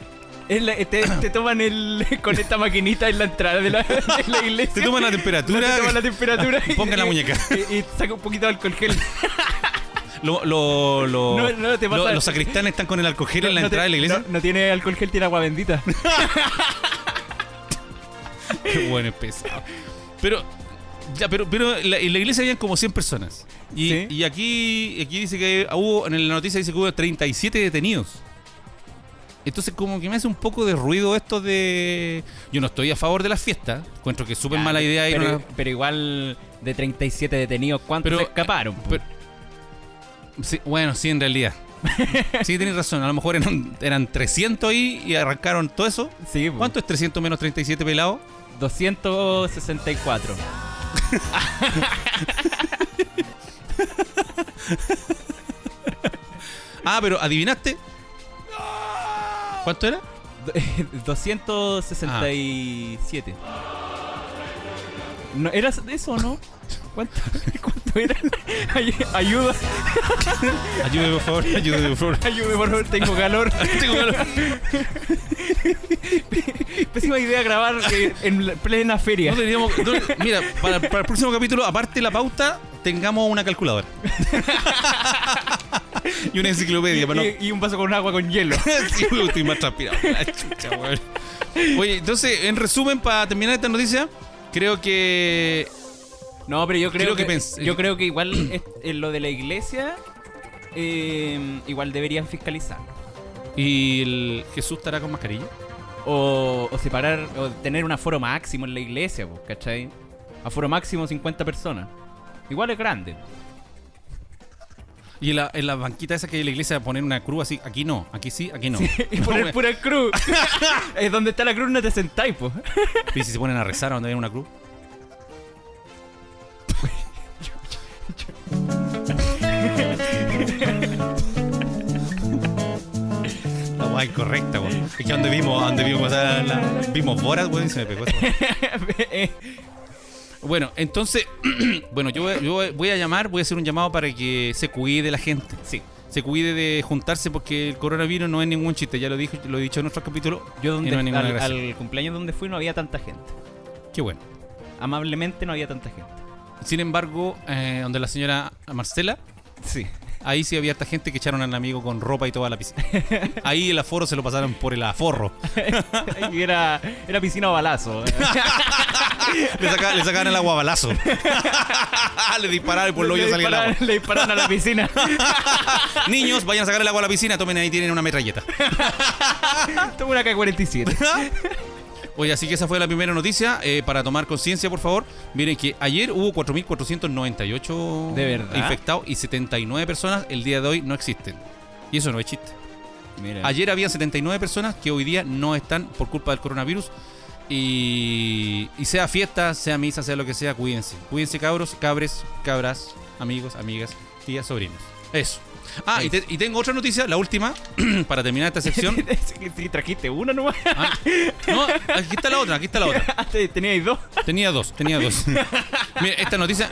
Speaker 1: Es la- te, te toman el con esta maquinita en la entrada de la, de la iglesia.
Speaker 3: Te toman la temperatura.
Speaker 1: Te toman la temperatura. y-
Speaker 3: Pongan la
Speaker 1: y-
Speaker 3: muñeca.
Speaker 1: Y, y saca un poquito de alcohol gel.
Speaker 3: Lo- lo- lo-
Speaker 1: No, no, te
Speaker 3: lo-
Speaker 1: pasa-
Speaker 3: los sacristanes están con el alcohol gel en la
Speaker 1: No te-
Speaker 3: entrada de la iglesia.
Speaker 1: No, no tiene alcohol gel, tiene agua bendita.
Speaker 3: Qué bueno, es pesado. Pero, ya, pero, pero la- en la iglesia habían como 100 personas. Y,
Speaker 1: Sí.
Speaker 3: y aquí, aquí dice que hubo, en la noticia dice que hubo 37 detenidos. Entonces como que me hace un poco de ruido esto de... Yo no estoy a favor de las fiestas. Encuentro que es súper
Speaker 1: Ya,
Speaker 3: mala idea ir a
Speaker 1: Ah, Pero,
Speaker 3: una-
Speaker 1: pero igual de 37 detenidos, ¿cuántos
Speaker 3: Pero-
Speaker 1: se escaparon? po?
Speaker 3: pero- Sí, bueno, sí, en realidad. sí, tienes razón. A lo mejor eran, eran 300 ahí y arrancaron todo eso.
Speaker 1: sí, pues. po.
Speaker 3: ¿Cuánto es 300 menos 37 pelados?
Speaker 1: 264.
Speaker 3: Ah, pero adivinaste. ¿Cuánto era?
Speaker 1: 267. No, ¿Era eso o no? ¿Cuánto, cuánto era? Ay- ayuda,
Speaker 3: Ayúdeme, por favor. Ayúdeme, por favor.
Speaker 1: ayúdeme por favor, tengo calor.
Speaker 3: Tengo calor.
Speaker 1: Pésima idea grabar eh, en la- plena feria.
Speaker 3: No deberíamos- no- mira, para, para el próximo capítulo, aparte de la pauta, tengamos una calculadora. y una enciclopedia para no.
Speaker 1: Y, y un vaso con agua con hielo.
Speaker 3: Sí, güey, estoy más transpirado. La chucha, güey. Oye, entonces, en resumen, para terminar esta noticia, creo que.
Speaker 1: No, pero yo creo,
Speaker 3: Creo que
Speaker 1: que, eh,
Speaker 3: pens-
Speaker 1: yo creo que igual es- en lo de la iglesia eh, igual deberían fiscalizar.
Speaker 3: ¿Y el Jesús estará con mascarilla?
Speaker 1: O, o separar, o tener un aforo máximo en la iglesia, po, ¿cachai? Aforo máximo 50 personas. Igual es grande.
Speaker 3: ¿Y en la, en la banquita esa que hay en la iglesia poner una cruz así? Aquí no, aquí sí, aquí no.
Speaker 1: y
Speaker 3: No,
Speaker 1: poner
Speaker 3: wea.
Speaker 1: pura cruz. es donde está la cruz, no te sentáis, pues. po.
Speaker 3: ¿Y si se ponen a rezar a donde viene una cruz? La weá incorrecta, weón. Es que donde vimos, donde vimos pasar la- Vimos Borat, weón, y se me pegó esa weá.
Speaker 1: Eh,
Speaker 3: Bueno, entonces, bueno, yo, voy- yo voy a llamar, voy a hacer un llamado para que se cuide la gente. Sí. Se cuide de juntarse porque el coronavirus no es ningún chiste, ya lo dijo, lo he dicho en otro capítulo.
Speaker 1: Yo donde,
Speaker 3: Y no hay ninguna
Speaker 1: al,
Speaker 3: gracia.
Speaker 1: al cumpleaños donde fui no había tanta gente.
Speaker 3: Qué bueno.
Speaker 1: Amablemente no había tanta gente.
Speaker 3: Sin embargo, eh, donde la señora Marcela,
Speaker 1: Sí.
Speaker 3: ahí sí había esta gente que echaron al amigo con ropa y toda la piscina. Ahí el aforo se lo pasaron por el aforro.
Speaker 1: Y era, era piscina o balazo.
Speaker 3: Le, saca- le sacaban el agua a balazo. le dispararon y por el hoyo
Speaker 1: le,
Speaker 3: salía el agua.
Speaker 1: dispararon, le dispararon a la piscina.
Speaker 3: Niños, vayan a sacar el agua a la piscina, tomen ahí, tienen una metralleta.
Speaker 1: Tuve una K-47.
Speaker 3: Oye, así que esa fue la primera noticia. Eh, para tomar conciencia, por favor, miren que ayer hubo 4.498
Speaker 1: ¿De verdad?
Speaker 3: infectados y 79 personas el día de hoy no existen. Y eso no es chiste.
Speaker 1: Mira.
Speaker 3: Ayer había 79 personas que hoy día no están por culpa del coronavirus. Y, y sea fiesta, sea misa, sea lo que sea, cuídense. Cuídense, cabros, cabres, cabras, amigos, amigas, tías, sobrinos. Eso. Ah, y, te- y tengo otra noticia, la última, para terminar esta sección.
Speaker 1: Sí, trajiste una nomás.
Speaker 3: Ah, no, aquí está la otra, aquí está la otra.
Speaker 1: Antes teníais dos.
Speaker 3: Tenía dos, tenía dos. Mira, esta noticia.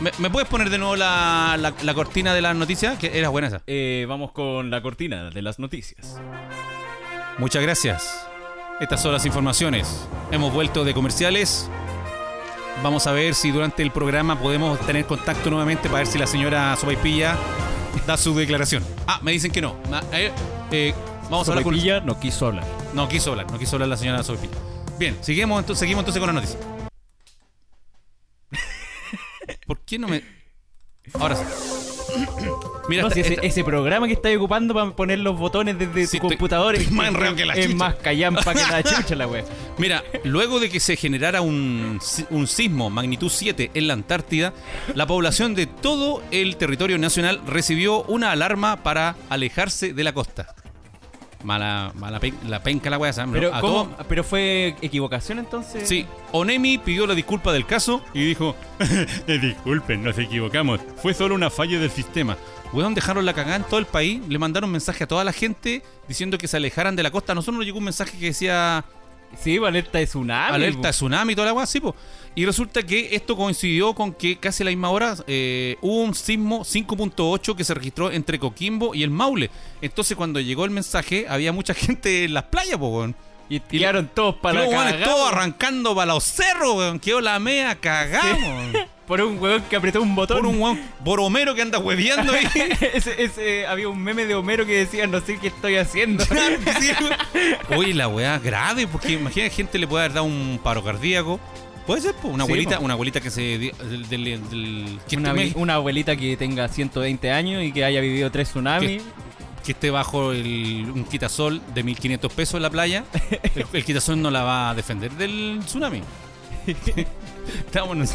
Speaker 3: ¿Me, me puedes poner de nuevo la, la- la cortina de las noticias? Que era buena esa.
Speaker 1: Eh, vamos con la cortina de las noticias.
Speaker 3: Muchas gracias. Estas son las informaciones. Hemos vuelto de comerciales. Vamos a ver si durante el programa podemos tener contacto nuevamente para ver si la señora Sopaipilla da su declaración. Ah, me dicen que no. Ma- eh, eh, vamos a hablar con...
Speaker 1: Sopaipilla no quiso hablar.
Speaker 3: No quiso hablar, no quiso hablar la señora Sopaipilla. Bien, seguimos, entonces, seguimos entonces con la noticia. ¿Por qué no me...? Ahora sí. Mira,
Speaker 1: No,
Speaker 3: esta-
Speaker 1: si ese,
Speaker 3: esta-
Speaker 1: ese programa que estáis ocupando para poner los botones desde
Speaker 3: Sí,
Speaker 1: tu
Speaker 3: estoy-
Speaker 1: computador
Speaker 3: estoy
Speaker 1: es-
Speaker 3: más enredado que la
Speaker 1: es
Speaker 3: chucha.
Speaker 1: más callampa que la chucha la wea.
Speaker 3: Mira, luego de que se generara un, si- un sismo magnitud 7 en la Antártida, la población de todo el territorio nacional recibió una alarma para alejarse de la costa. Mala, mala pen- la penca la weá, ¿sabes?
Speaker 1: Pero,
Speaker 3: A
Speaker 1: ¿cómo?
Speaker 3: todo-
Speaker 1: ¿Pero fue equivocación entonces?
Speaker 3: Sí, Onemi pidió la disculpa del caso y dijo: Disculpen, nos equivocamos. Fue solo una falla del sistema. Weón, dejaron la cagada en todo el país. Le mandaron mensaje a toda la gente diciendo que se alejaran de la costa. A nosotros nos llegó un mensaje que decía:
Speaker 1: Sí, alerta de tsunami.
Speaker 3: alerta tsunami y toda la weá, sí, po. Y resulta que esto coincidió con que casi a la misma hora eh, hubo un sismo 5.8 que se registró entre Coquimbo y el Maule. Entonces, cuando llegó el mensaje, había mucha gente en las playas, po, weón.
Speaker 1: Y tiraron todos para
Speaker 3: Los
Speaker 1: la
Speaker 3: weones
Speaker 1: cagada,
Speaker 3: todos
Speaker 1: weón.
Speaker 3: arrancando para los cerros, weón. Quedó la mea cagada, weón.
Speaker 1: Por un weón que apretó un botón.
Speaker 3: Por un weón boromero que anda hueveando ahí.
Speaker 1: ese, ese- había un meme de Homero que decía, no sé qué estoy haciendo.
Speaker 3: Sí, weón. Oye, la weá grave, porque imagina gente le puede haber dado un paro cardíaco. Puede ser, po, una
Speaker 1: Sí,
Speaker 3: abuelita,
Speaker 1: po.
Speaker 3: una abuelita que se. di- del- del- del- que
Speaker 1: una,
Speaker 3: esté
Speaker 1: abue- una abuelita que tenga 120 años y que haya vivido tres tsunamis.
Speaker 3: que esté bajo el, un quitasol de 1500 pesos en la playa, el, el quitasol no la va a defender del tsunami. Estamos,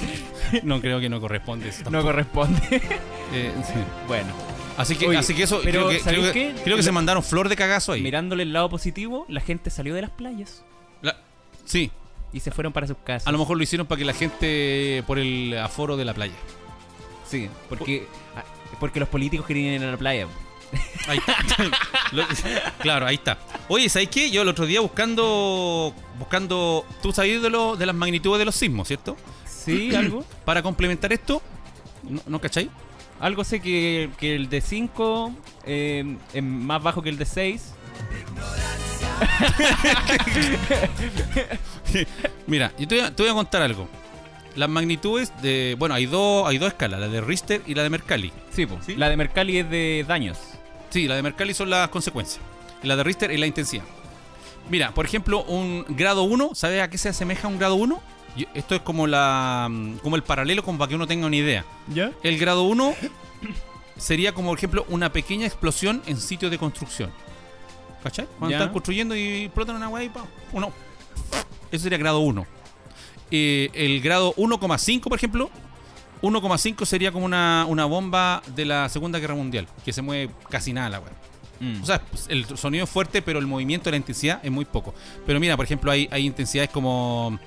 Speaker 3: no, creo que no corresponde eso.
Speaker 1: No
Speaker 3: tampoco.
Speaker 1: corresponde.
Speaker 3: Eh, sí.
Speaker 1: bueno,
Speaker 3: así, que,
Speaker 1: Oye,
Speaker 3: así que eso,
Speaker 1: pero
Speaker 3: creo que,
Speaker 1: ¿sabéis
Speaker 3: creo que-
Speaker 1: qué?
Speaker 3: creo que se
Speaker 1: Lo-
Speaker 3: mandaron flor de cagazo ahí.
Speaker 1: mirándole el lado positivo, la gente salió de las playas
Speaker 3: La- sí,
Speaker 1: y se fueron para sus casas.
Speaker 3: a lo mejor lo hicieron para que la gente por el aforo de la playa.
Speaker 1: Sí, porque, ah, porque los políticos querían ir a la playa.
Speaker 3: Ahí está. Lo- claro, ahí está. Oye, ¿sabes qué? Yo el otro día buscando. buscando Tú sabías de, lo- de las magnitudes de los sismos, ¿cierto?
Speaker 1: Sí, algo.
Speaker 3: Para complementar esto, ¿no, no cachai?
Speaker 1: Algo sé que, que el de 5 eh, es más bajo que el de 6.
Speaker 3: Mira, yo te voy, a, te voy a contar algo. Las magnitudes de. Bueno, hay dos, hay dos escalas, la de Richter y la de Mercalli.
Speaker 1: Sí, po.
Speaker 3: ¿Sí?
Speaker 1: la de Mercalli es de daños.
Speaker 3: Sí, la de Mercalli son las consecuencias. Y La de Richter es la intensidad. Mira, por ejemplo, un grado 1, ¿sabes a qué se asemeja un grado 1? Yo- Esto mm, es como la como el paralelo como para que uno tenga una idea.
Speaker 1: ¿Ya?
Speaker 3: El grado 1 sería como, por ejemplo, una pequeña explosión en sitio de construcción. ¿Cachai? Cuando
Speaker 1: Ya.
Speaker 3: están construyendo y explotan una weá y pa, uno. Eso sería grado 1. el grado 1,5, por ejemplo, 1,5 sería como una, una bomba de la Segunda Guerra Mundial, que se mueve casi nada la weá.
Speaker 1: Mm.
Speaker 3: O sea, pues, el sonido es fuerte, pero el movimiento, la intensidad es muy poco. Pero mira, por ejemplo, hay, hay intensidades como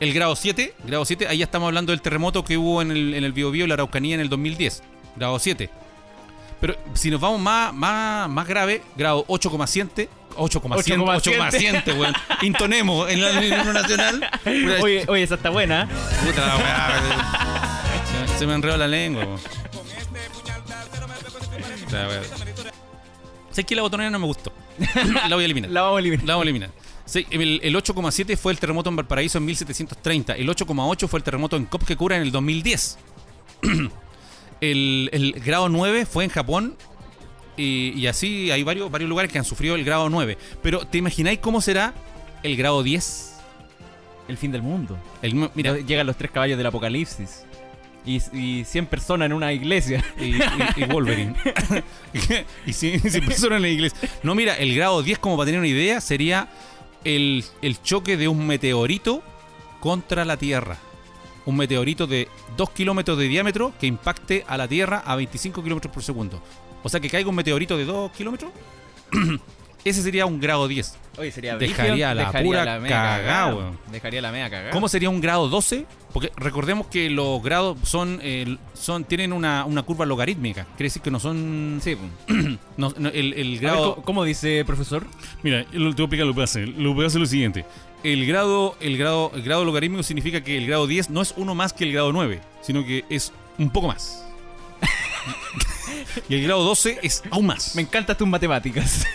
Speaker 3: el grado 7. Grado 7, ahí ya estamos hablando del terremoto que hubo en el, en el Biobío, la Araucanía en el 2010. Grado 7. Pero si nos vamos más, más, más grave, grado 8,7. 8,7, 8,7, weón. Intonemos en la- en el himno nacional. Puta,
Speaker 1: oye, oye, esa está buena. ¿eh?
Speaker 3: puta la weá. Se, se me enredó la lengua, weón. Puta, weón. Sé que la botonera no me gustó. la voy a eliminar.
Speaker 1: La vamos a eliminar.
Speaker 3: La vamos a eliminar. Sí, el, el 8,7 fue el terremoto en Valparaíso en 1730. El 8,8 fue el terremoto en Copquecura en el 2010. el, el grado 9 fue en Japón. Y, y así hay varios, varios lugares que han sufrido el grado 9. Pero ¿te imagináis cómo será el grado 10?
Speaker 1: El fin del mundo.
Speaker 3: El nu- mira,
Speaker 1: Mira, llegan los tres caballos del apocalipsis. Y, y 100 personas en una iglesia.
Speaker 3: y, y- y Wolverine. y si, si pusieron en la iglesia. No, mira, el grado 10, como para tener una idea, sería el, el choque de un meteorito contra la Tierra. Un meteorito de 2 kilómetros de diámetro que impacte a la Tierra a 25 kilómetros por segundo. O sea, que caiga un meteorito de 2 kilómetros. Ese sería un grado 10.
Speaker 1: Oye, sería
Speaker 3: Dejaría
Speaker 1: brígido,
Speaker 3: la pura
Speaker 1: media
Speaker 3: cagá,
Speaker 1: cagá,
Speaker 3: weón.
Speaker 1: Dejaría la media cagada.
Speaker 3: ¿Cómo sería un grado 12? Porque recordemos que los grados son, eh, son tienen una, una curva logarítmica. Quiere decir que no son...
Speaker 1: Sí, pum.
Speaker 3: no- no, el, el
Speaker 1: A ver,
Speaker 3: grado...
Speaker 1: ¿cómo- ¿Cómo dice profesor?
Speaker 3: Mira, yo te voy a explicar lo que hace. Lo que hace es lo siguiente. El grado, el grado, el grado logarítmico significa que el grado 10 no es uno más que el grado 9, sino que es un poco más. y el grado 12 es aún más.
Speaker 1: Me encantan tus matemáticas.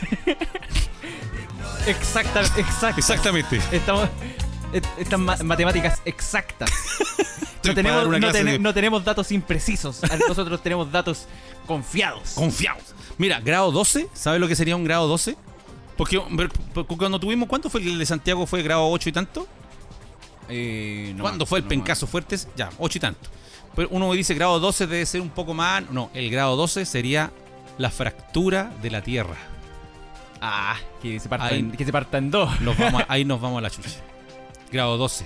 Speaker 1: Exacta, exacto.
Speaker 3: Exactamente.
Speaker 1: Estamos. est- Estas ma- matemáticas exactas.
Speaker 3: Estoy
Speaker 1: No
Speaker 3: para
Speaker 1: tenemos,
Speaker 3: dar una
Speaker 1: no
Speaker 3: clase
Speaker 1: tene-
Speaker 3: de-
Speaker 1: no tenemos datos imprecisos. Nosotros tenemos datos confiados.
Speaker 3: Confiados. Mira, grado 12, ¿sabes lo que sería un grado 12? Porque, porque cuando tuvimos, ¿cuánto fue el de Santiago? ¿Fue grado 8 y tanto?
Speaker 1: Eh, no
Speaker 3: ¿Cuándo
Speaker 1: más,
Speaker 3: fue el
Speaker 1: no
Speaker 3: pencazo fuertes? Ya, 8 y tanto. Pero uno dice grado 12 debe ser un poco más. No, el grado 12 sería la fractura de la Tierra.
Speaker 1: más. Ah, que se parta,
Speaker 3: Ahí-
Speaker 1: en, que se parta en dos.
Speaker 3: Nos vamos a- ahí nos vamos a la chucha. Grado 12.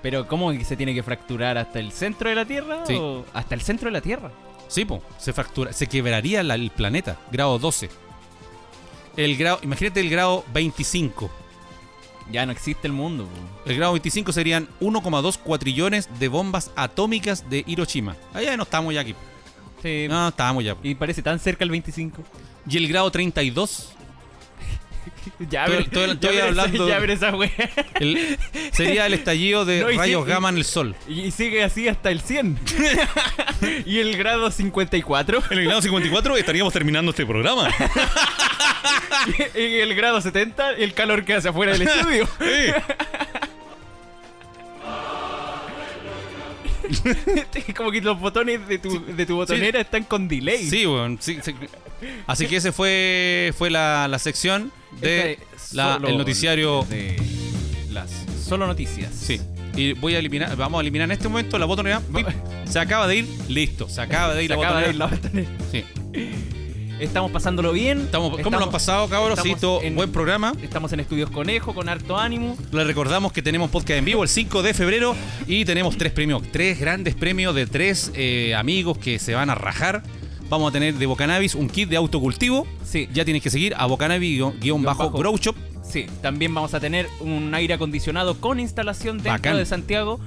Speaker 1: Pero ¿cómo que se tiene que fracturar hasta el centro de la Tierra?
Speaker 3: Sí.
Speaker 1: o- hasta el centro de la Tierra.
Speaker 3: Sí, po, se fractura, se quebraría la- el planeta. Grado 12. El grado, imagínate el grado 25.
Speaker 1: Ya no existe el mundo. po.
Speaker 3: El grado 25 serían 1,2 cuatrillones de bombas atómicas de Hiroshima. Allá no estamos ya aquí.
Speaker 1: Sí.
Speaker 3: No, no estamos ya.
Speaker 1: Y parece tan cerca el 25.
Speaker 3: Y el grado 32
Speaker 1: Ya,
Speaker 3: Estoy-
Speaker 1: pero-
Speaker 3: estoy-
Speaker 1: ya
Speaker 3: estoy
Speaker 1: pero esa-
Speaker 3: hablando-
Speaker 1: ya, pero esa wea.
Speaker 3: el- sería el estallido de
Speaker 1: No, y sí,
Speaker 3: rayos
Speaker 1: y-
Speaker 3: gamma en el sol.
Speaker 1: Y y sigue así hasta el 100. y el grado 54.
Speaker 3: En el grado 54 estaríamos terminando este programa.
Speaker 1: y el grado 70. El calor que hace afuera del estudio. Como que los botones de tu, de tu botonera están con delay.
Speaker 3: Sí, weón. sí, sí. Así que ese fue, fue la, la sección de
Speaker 1: Esta es
Speaker 3: la-
Speaker 1: Este solo-
Speaker 3: el noticiario.
Speaker 1: de las solo noticias.
Speaker 3: Sí. Y voy a eliminar, vamos a eliminar en este momento la botonera. Pip. Se acaba de ir, listo. Se acaba de ir
Speaker 1: Se
Speaker 3: la
Speaker 1: acaba de ir
Speaker 3: botonera.
Speaker 1: la botonera.
Speaker 3: Sí.
Speaker 1: Estamos pasándolo bien.
Speaker 3: Estamos, ¿Cómo lo han
Speaker 1: Estamos-
Speaker 3: pasado, cabroncito?
Speaker 1: estamos en-
Speaker 3: Buen programa.
Speaker 1: Estamos en Estudios Conejo con harto ánimo.
Speaker 3: Les recordamos que tenemos podcast en vivo el 5 de febrero y tenemos tres premios, tres grandes premios de tres eh, amigos que se van a rajar. Vamos a tener de Bocanabis un kit de autocultivo.
Speaker 1: Sí.
Speaker 3: Ya tienes que seguir a
Speaker 1: bajo.
Speaker 3: Bocanabis-Grow Shop.
Speaker 1: Sí, también vamos a tener un aire acondicionado con instalación dentro
Speaker 3: Bacán.
Speaker 1: de Santiago.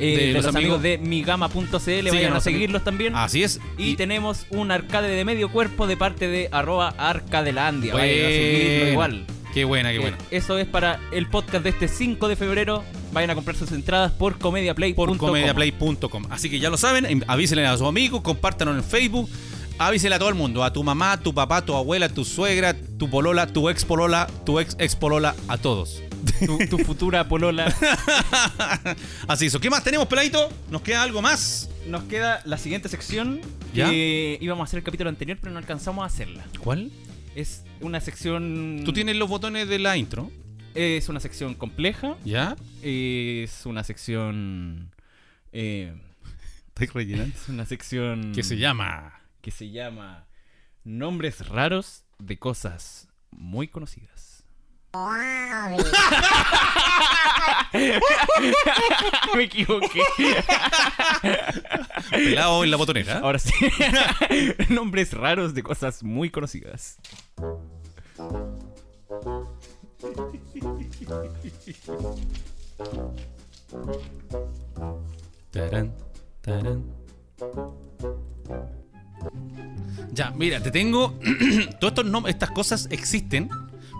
Speaker 1: eh,
Speaker 3: De
Speaker 1: de,
Speaker 3: los
Speaker 1: los, amigos,
Speaker 3: amigos.
Speaker 1: de migama.cl, vayan a
Speaker 3: Síganos, Ah,
Speaker 1: seguirlos también.
Speaker 3: Así es.
Speaker 1: Y, tenemos un arcade de medio cuerpo de parte de arroba arcadelandia. Vayan a seguirlo
Speaker 3: Buena.
Speaker 1: igual.
Speaker 3: Qué buena, qué
Speaker 1: Eh,
Speaker 3: buena.
Speaker 1: Eso es para el podcast de este 5 de febrero. Vayan a comprar sus entradas por comediaplay.com.
Speaker 3: Por comediaplay.com. Así que ya lo saben, em- avísenle a sus amigos, compártanlo en Facebook, avísenle a todo el mundo, a tu mamá, tu papá, tu abuela, tu suegra, tu polola, tu ex polola, tu ex ex polola, a todos.
Speaker 1: Tu, tu futura polola.
Speaker 3: Así eso. ¿Qué más tenemos, peladito? ¿Nos queda algo más?
Speaker 1: Nos queda la siguiente sección
Speaker 3: ¿Ya?
Speaker 1: que íbamos a hacer el capítulo anterior, pero no alcanzamos a hacerla.
Speaker 3: ¿Cuál?
Speaker 1: Es una sección.
Speaker 3: Tú tienes los botones de la intro,
Speaker 1: Es una sección compleja.
Speaker 3: ¿ya?
Speaker 1: Es una sección. eh,
Speaker 3: Estoy rellenando.
Speaker 1: es una sección.
Speaker 3: Que se llama
Speaker 1: que se llama Nombres raros de cosas muy conocidas. Me equivoqué.
Speaker 3: Pelado en la botonera.
Speaker 1: Ahora sí. Nombres raros de cosas muy conocidas.
Speaker 3: Tarán, tarán. Ya, mira, te tengo. Todos estos nom- estas cosas existen,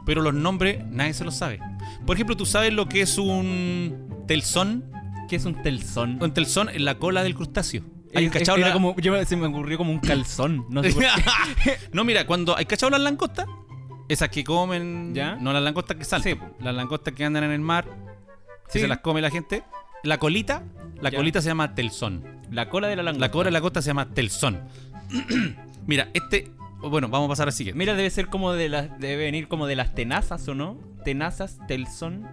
Speaker 3: pero los nombres nadie se los sabe. Por ejemplo, tú sabes lo que es un telzón.
Speaker 1: ¿Qué es un telzón?
Speaker 3: Un telzón en la cola del crustáceo. ¿Hay
Speaker 1: Es-
Speaker 3: cachado
Speaker 1: Eh, era
Speaker 3: la-
Speaker 1: como, yo- se me ocurrió como un calzón. No sé por qué.
Speaker 3: no, mira, cuando hay cachado las langostas, esas que comen,
Speaker 1: ¿Ya?
Speaker 3: no las langostas que salen, las langostas que andan en el mar,
Speaker 1: Sí.
Speaker 3: que se las come la gente, la colita, la
Speaker 1: Ya.
Speaker 3: colita se llama telzón.
Speaker 1: La cola de la langosta.
Speaker 3: La cola de la costa se llama telzón. mira, este, bueno, vamos a pasar al siguiente.
Speaker 1: Mira, debe ser como de las. Debe venir como de las tenazas, ¿o no? Tenazas, telzón.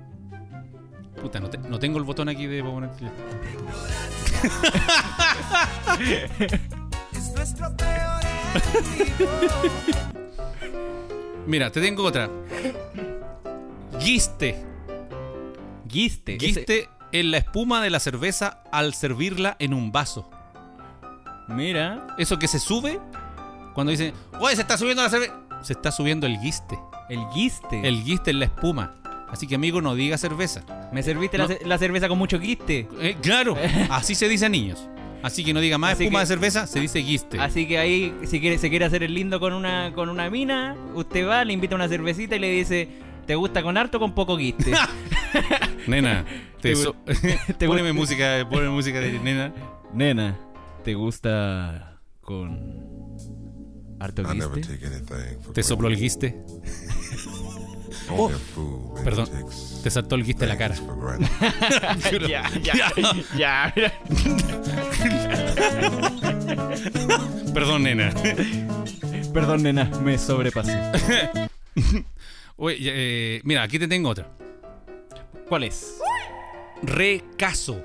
Speaker 3: Puta, no, te- no tengo el botón aquí de para poner-
Speaker 5: Es nuestro peor
Speaker 3: Mira, te tengo otra. Guiste.
Speaker 1: Guiste. Ese-
Speaker 3: Guiste en la espuma de la cerveza al servirla en un vaso.
Speaker 1: Mira,
Speaker 3: Eso que se sube cuando dicen, oye, se está subiendo la cerveza. Se está subiendo el guiste.
Speaker 1: el guiste.
Speaker 3: El guiste en la espuma. Así que, amigo, no diga cerveza.
Speaker 1: Me serviste la,
Speaker 3: No.
Speaker 1: ce- la cerveza con mucho guiste.
Speaker 3: Eh, claro, así se dice a niños. Así que no diga más
Speaker 1: Así
Speaker 3: espuma
Speaker 1: que-
Speaker 3: de cerveza, se dice guiste.
Speaker 1: Así que ahí, si quiere, se quiere hacer el lindo con una, con una mina, usted va, le invita una cervecita y le dice, ¿te gusta con harto o con poco guiste?
Speaker 3: Nena, te
Speaker 1: Te-
Speaker 3: so-
Speaker 1: te-
Speaker 3: poneme música, poneme música de nena.
Speaker 1: Nena, ¿te gusta con harto
Speaker 9: I never
Speaker 1: guiste?
Speaker 9: take anything for
Speaker 3: Te sopló el
Speaker 9: granted.
Speaker 3: guiste,
Speaker 9: Only a fool maybe
Speaker 3: perdón.
Speaker 9: takes
Speaker 3: te saltó el guiste en la cara.
Speaker 9: things for granted.
Speaker 1: Ya, ya, ya, mira.
Speaker 3: Perdón, nena.
Speaker 1: Perdón, nena, me sobrepasé.
Speaker 3: Oye, eh, mira, aquí te tengo otra.
Speaker 1: ¿Cuál es?
Speaker 3: Recazo.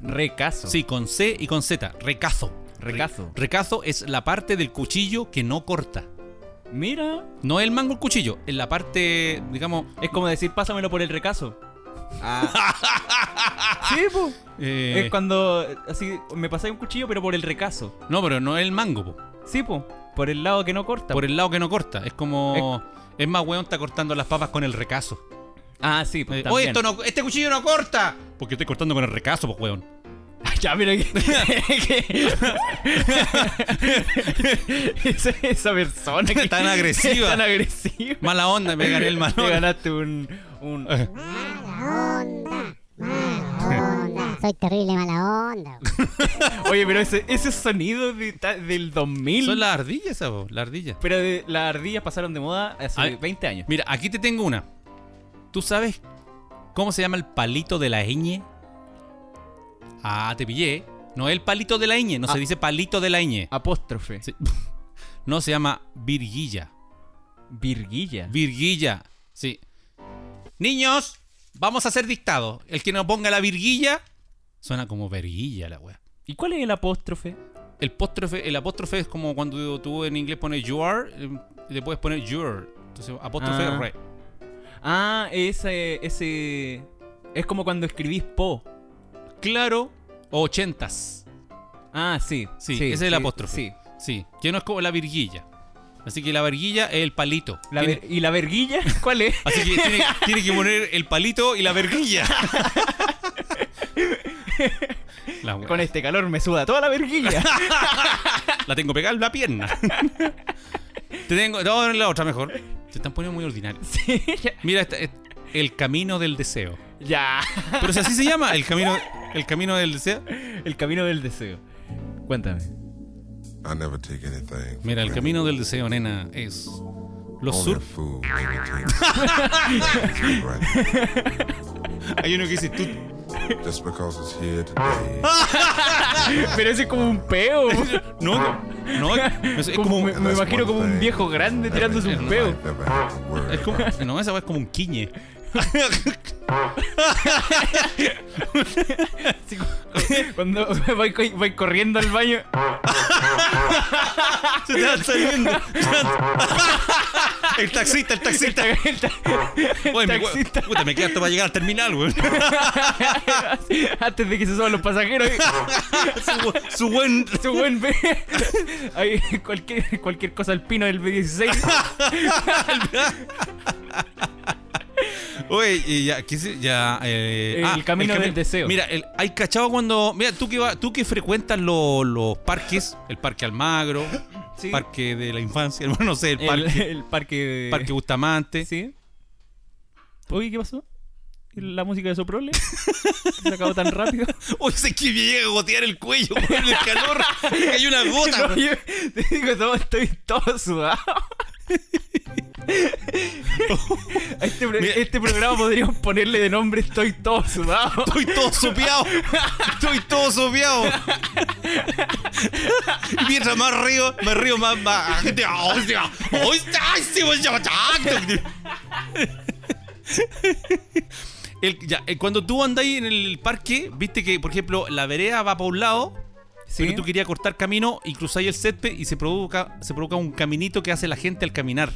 Speaker 1: Recazo.
Speaker 3: Sí, con C y con Z. Recazo.
Speaker 1: Recazo.
Speaker 3: Re- recazo es la parte del cuchillo que no corta.
Speaker 1: Mira,
Speaker 3: No el mango el cuchillo, es la parte, digamos,
Speaker 1: es como decir, pásamelo por el recazo.
Speaker 3: Ah.
Speaker 1: sí, po.
Speaker 3: eh,
Speaker 1: Es cuando eh, así me pasáis un cuchillo, pero por el recazo.
Speaker 3: no, pero no es el mango, po.
Speaker 1: Sí, po. Por el lado que no corta.
Speaker 3: por el lado que no corta. Es como, es más weón está cortando las papas con el recazo.
Speaker 1: Ah, sí,
Speaker 3: Eh,
Speaker 1: pues.
Speaker 3: Oye, esto no, este cuchillo no corta. Porque estoy cortando con el recazo, pues weón.
Speaker 1: Ya, mira esa, esa persona que
Speaker 3: Tan agresiva.
Speaker 1: Tan agresiva.
Speaker 3: Mala onda, me gané el
Speaker 1: Te
Speaker 3: malo.
Speaker 1: ganaste un. un-
Speaker 8: Mala onda. Mala onda. Soy terrible mala onda.
Speaker 1: Oye, pero ese, ese sonido de ta- del 2000.
Speaker 3: Son las ardillas, esa, po, las ardillas.
Speaker 1: Pero de- las ardillas pasaron de moda hace
Speaker 3: Ay.
Speaker 1: 20 años.
Speaker 3: Mira, aquí te tengo una. ¿Tú sabes cómo se llama el palito de la ñ? Ah, te pillé. No es el palito de la ñ, no
Speaker 1: Ah.
Speaker 3: se dice palito de la ñ.
Speaker 1: Apóstrofe.
Speaker 3: Sí. No, se llama virguilla.
Speaker 1: Virguilla.
Speaker 3: Virguilla, sí. Niños, vamos a hacer dictado. El que nos ponga la virguilla suena como verguilla la wea.
Speaker 1: ¿Y cuál es el apóstrofe?
Speaker 3: El apóstrofe, el apóstrofe es como cuando tú en inglés pones you are, eh, le puedes poner your. Entonces, apóstrofe
Speaker 1: Ah.
Speaker 3: re.
Speaker 1: Ah, ese. ese. Es como cuando escribís po.
Speaker 3: Claro, o ochentas.
Speaker 1: Ah, sí.
Speaker 3: Sí, ese es el apóstrofe.
Speaker 1: Sí.
Speaker 3: Sí, que no es como la virguilla. Así que la virguilla es el palito.
Speaker 1: La
Speaker 3: Tiene-
Speaker 1: ver- ¿Y la verguilla? ¿Cuál es?
Speaker 3: Así que tiene, tiene que poner el palito y la verguilla. La, wea.
Speaker 1: Con este calor me suda toda la verguilla.
Speaker 3: la tengo pegada en la pierna. Te tengo. No, la otra mejor. Se están poniendo muy ordinarios.
Speaker 1: Sí, ya.
Speaker 3: Mira, esta- esta- el camino del deseo.
Speaker 1: ya.
Speaker 3: Pero si así se llama, el camino, el camino del deseo.
Speaker 1: El camino del deseo. Cuéntame.
Speaker 9: I never take anything for
Speaker 3: Mira, el
Speaker 9: granted.
Speaker 3: camino del deseo, nena, es los
Speaker 9: Only a
Speaker 3: sur.
Speaker 9: fool maybe takes things for granted.
Speaker 3: Hay uno que dice tú.
Speaker 9: Just because it's here today
Speaker 1: Pero ese es como un peo.
Speaker 3: No, no, es, es
Speaker 1: Como,
Speaker 3: como
Speaker 1: me, me
Speaker 9: That's
Speaker 1: imagino
Speaker 9: one
Speaker 1: como un
Speaker 9: thing
Speaker 1: viejo grande tirándose un
Speaker 9: everything in
Speaker 1: peo.
Speaker 9: life ever had to worry
Speaker 3: Es como,
Speaker 9: about.
Speaker 3: no, esa weá es como un quiñe.
Speaker 1: Cuando voy, voy corriendo al baño.
Speaker 3: Se te va saliendo. el taxista, el taxista. Oye, me,
Speaker 1: taxista.
Speaker 3: puta, me queda hasta para llegar al terminal, güey.
Speaker 1: Antes de que se suban los pasajeros.
Speaker 3: su, su buen.
Speaker 1: Su buen B. Ahí, cualquier, cualquier cosa al pino del B16.
Speaker 3: Oye, y ya, ¿qué se- ya, eh,
Speaker 1: El camino del deseo.
Speaker 3: Mira, el- hay cachado cuando. Mira, tú que, va- tú que frecuentas lo- los parques, el Parque Almagro,
Speaker 1: Sí.
Speaker 3: Parque de la Infancia, bueno, no sé, el
Speaker 1: El,
Speaker 3: Parque,
Speaker 1: el parque. de-
Speaker 3: parque Bustamante.
Speaker 1: Sí. Oye, ¿qué pasó? ¿La música de Soprole? ¿Se acabó tan rápido?
Speaker 3: Oye, sé que me llega a gotear el cuello por el calor. Me cayó una gota.
Speaker 1: No, yo- te digo, no, estoy todo sudado. A este, pro-
Speaker 3: Mira.
Speaker 1: este programa podríamos ponerle de nombre Estoy todo sudado.
Speaker 3: Estoy todo sopeado. Estoy todo sopeado. Y mientras más río, me río más. más gente. ¡Ay, sí! ¡Ay, sí! ¡Ay, sí! ¡Ay, sí! ¡Ay, sí! El- ya, eh, cuando tú andáis en el parque, viste que, por ejemplo, la vereda va para un lado, pero tú querías cortar camino y cruzáis el césped y se provoca, se provoca un caminito que hace la gente al caminar.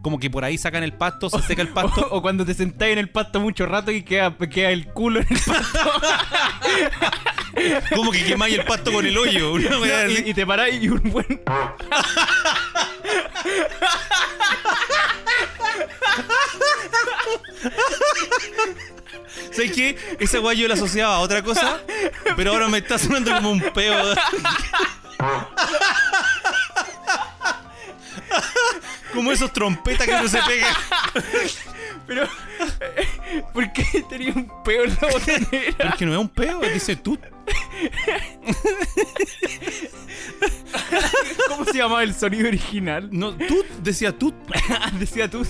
Speaker 3: Como que por ahí sacan el pasto, se seca el
Speaker 1: O,
Speaker 3: pasto.
Speaker 1: o cuando te sentáis en el pasto mucho rato y queda, queda el culo en el
Speaker 3: Como que quemáis el pasto con el hoyo. Una wea
Speaker 1: pasto
Speaker 3: así.
Speaker 1: y, y te paráis y un buen.
Speaker 3: ¿Sabes qué? Esa guay yo la asociaba a otra cosa, pero ahora me está sonando como un peo. Como esos trompetas que uno se pega.
Speaker 1: Pero. eh, ¿Por qué tenía un peo en la botonera?
Speaker 3: Pero es que no es un peo, dice tú.
Speaker 1: ¿Cómo se llamaba el sonido original?
Speaker 3: No, tú decía tú.
Speaker 1: Decía tú.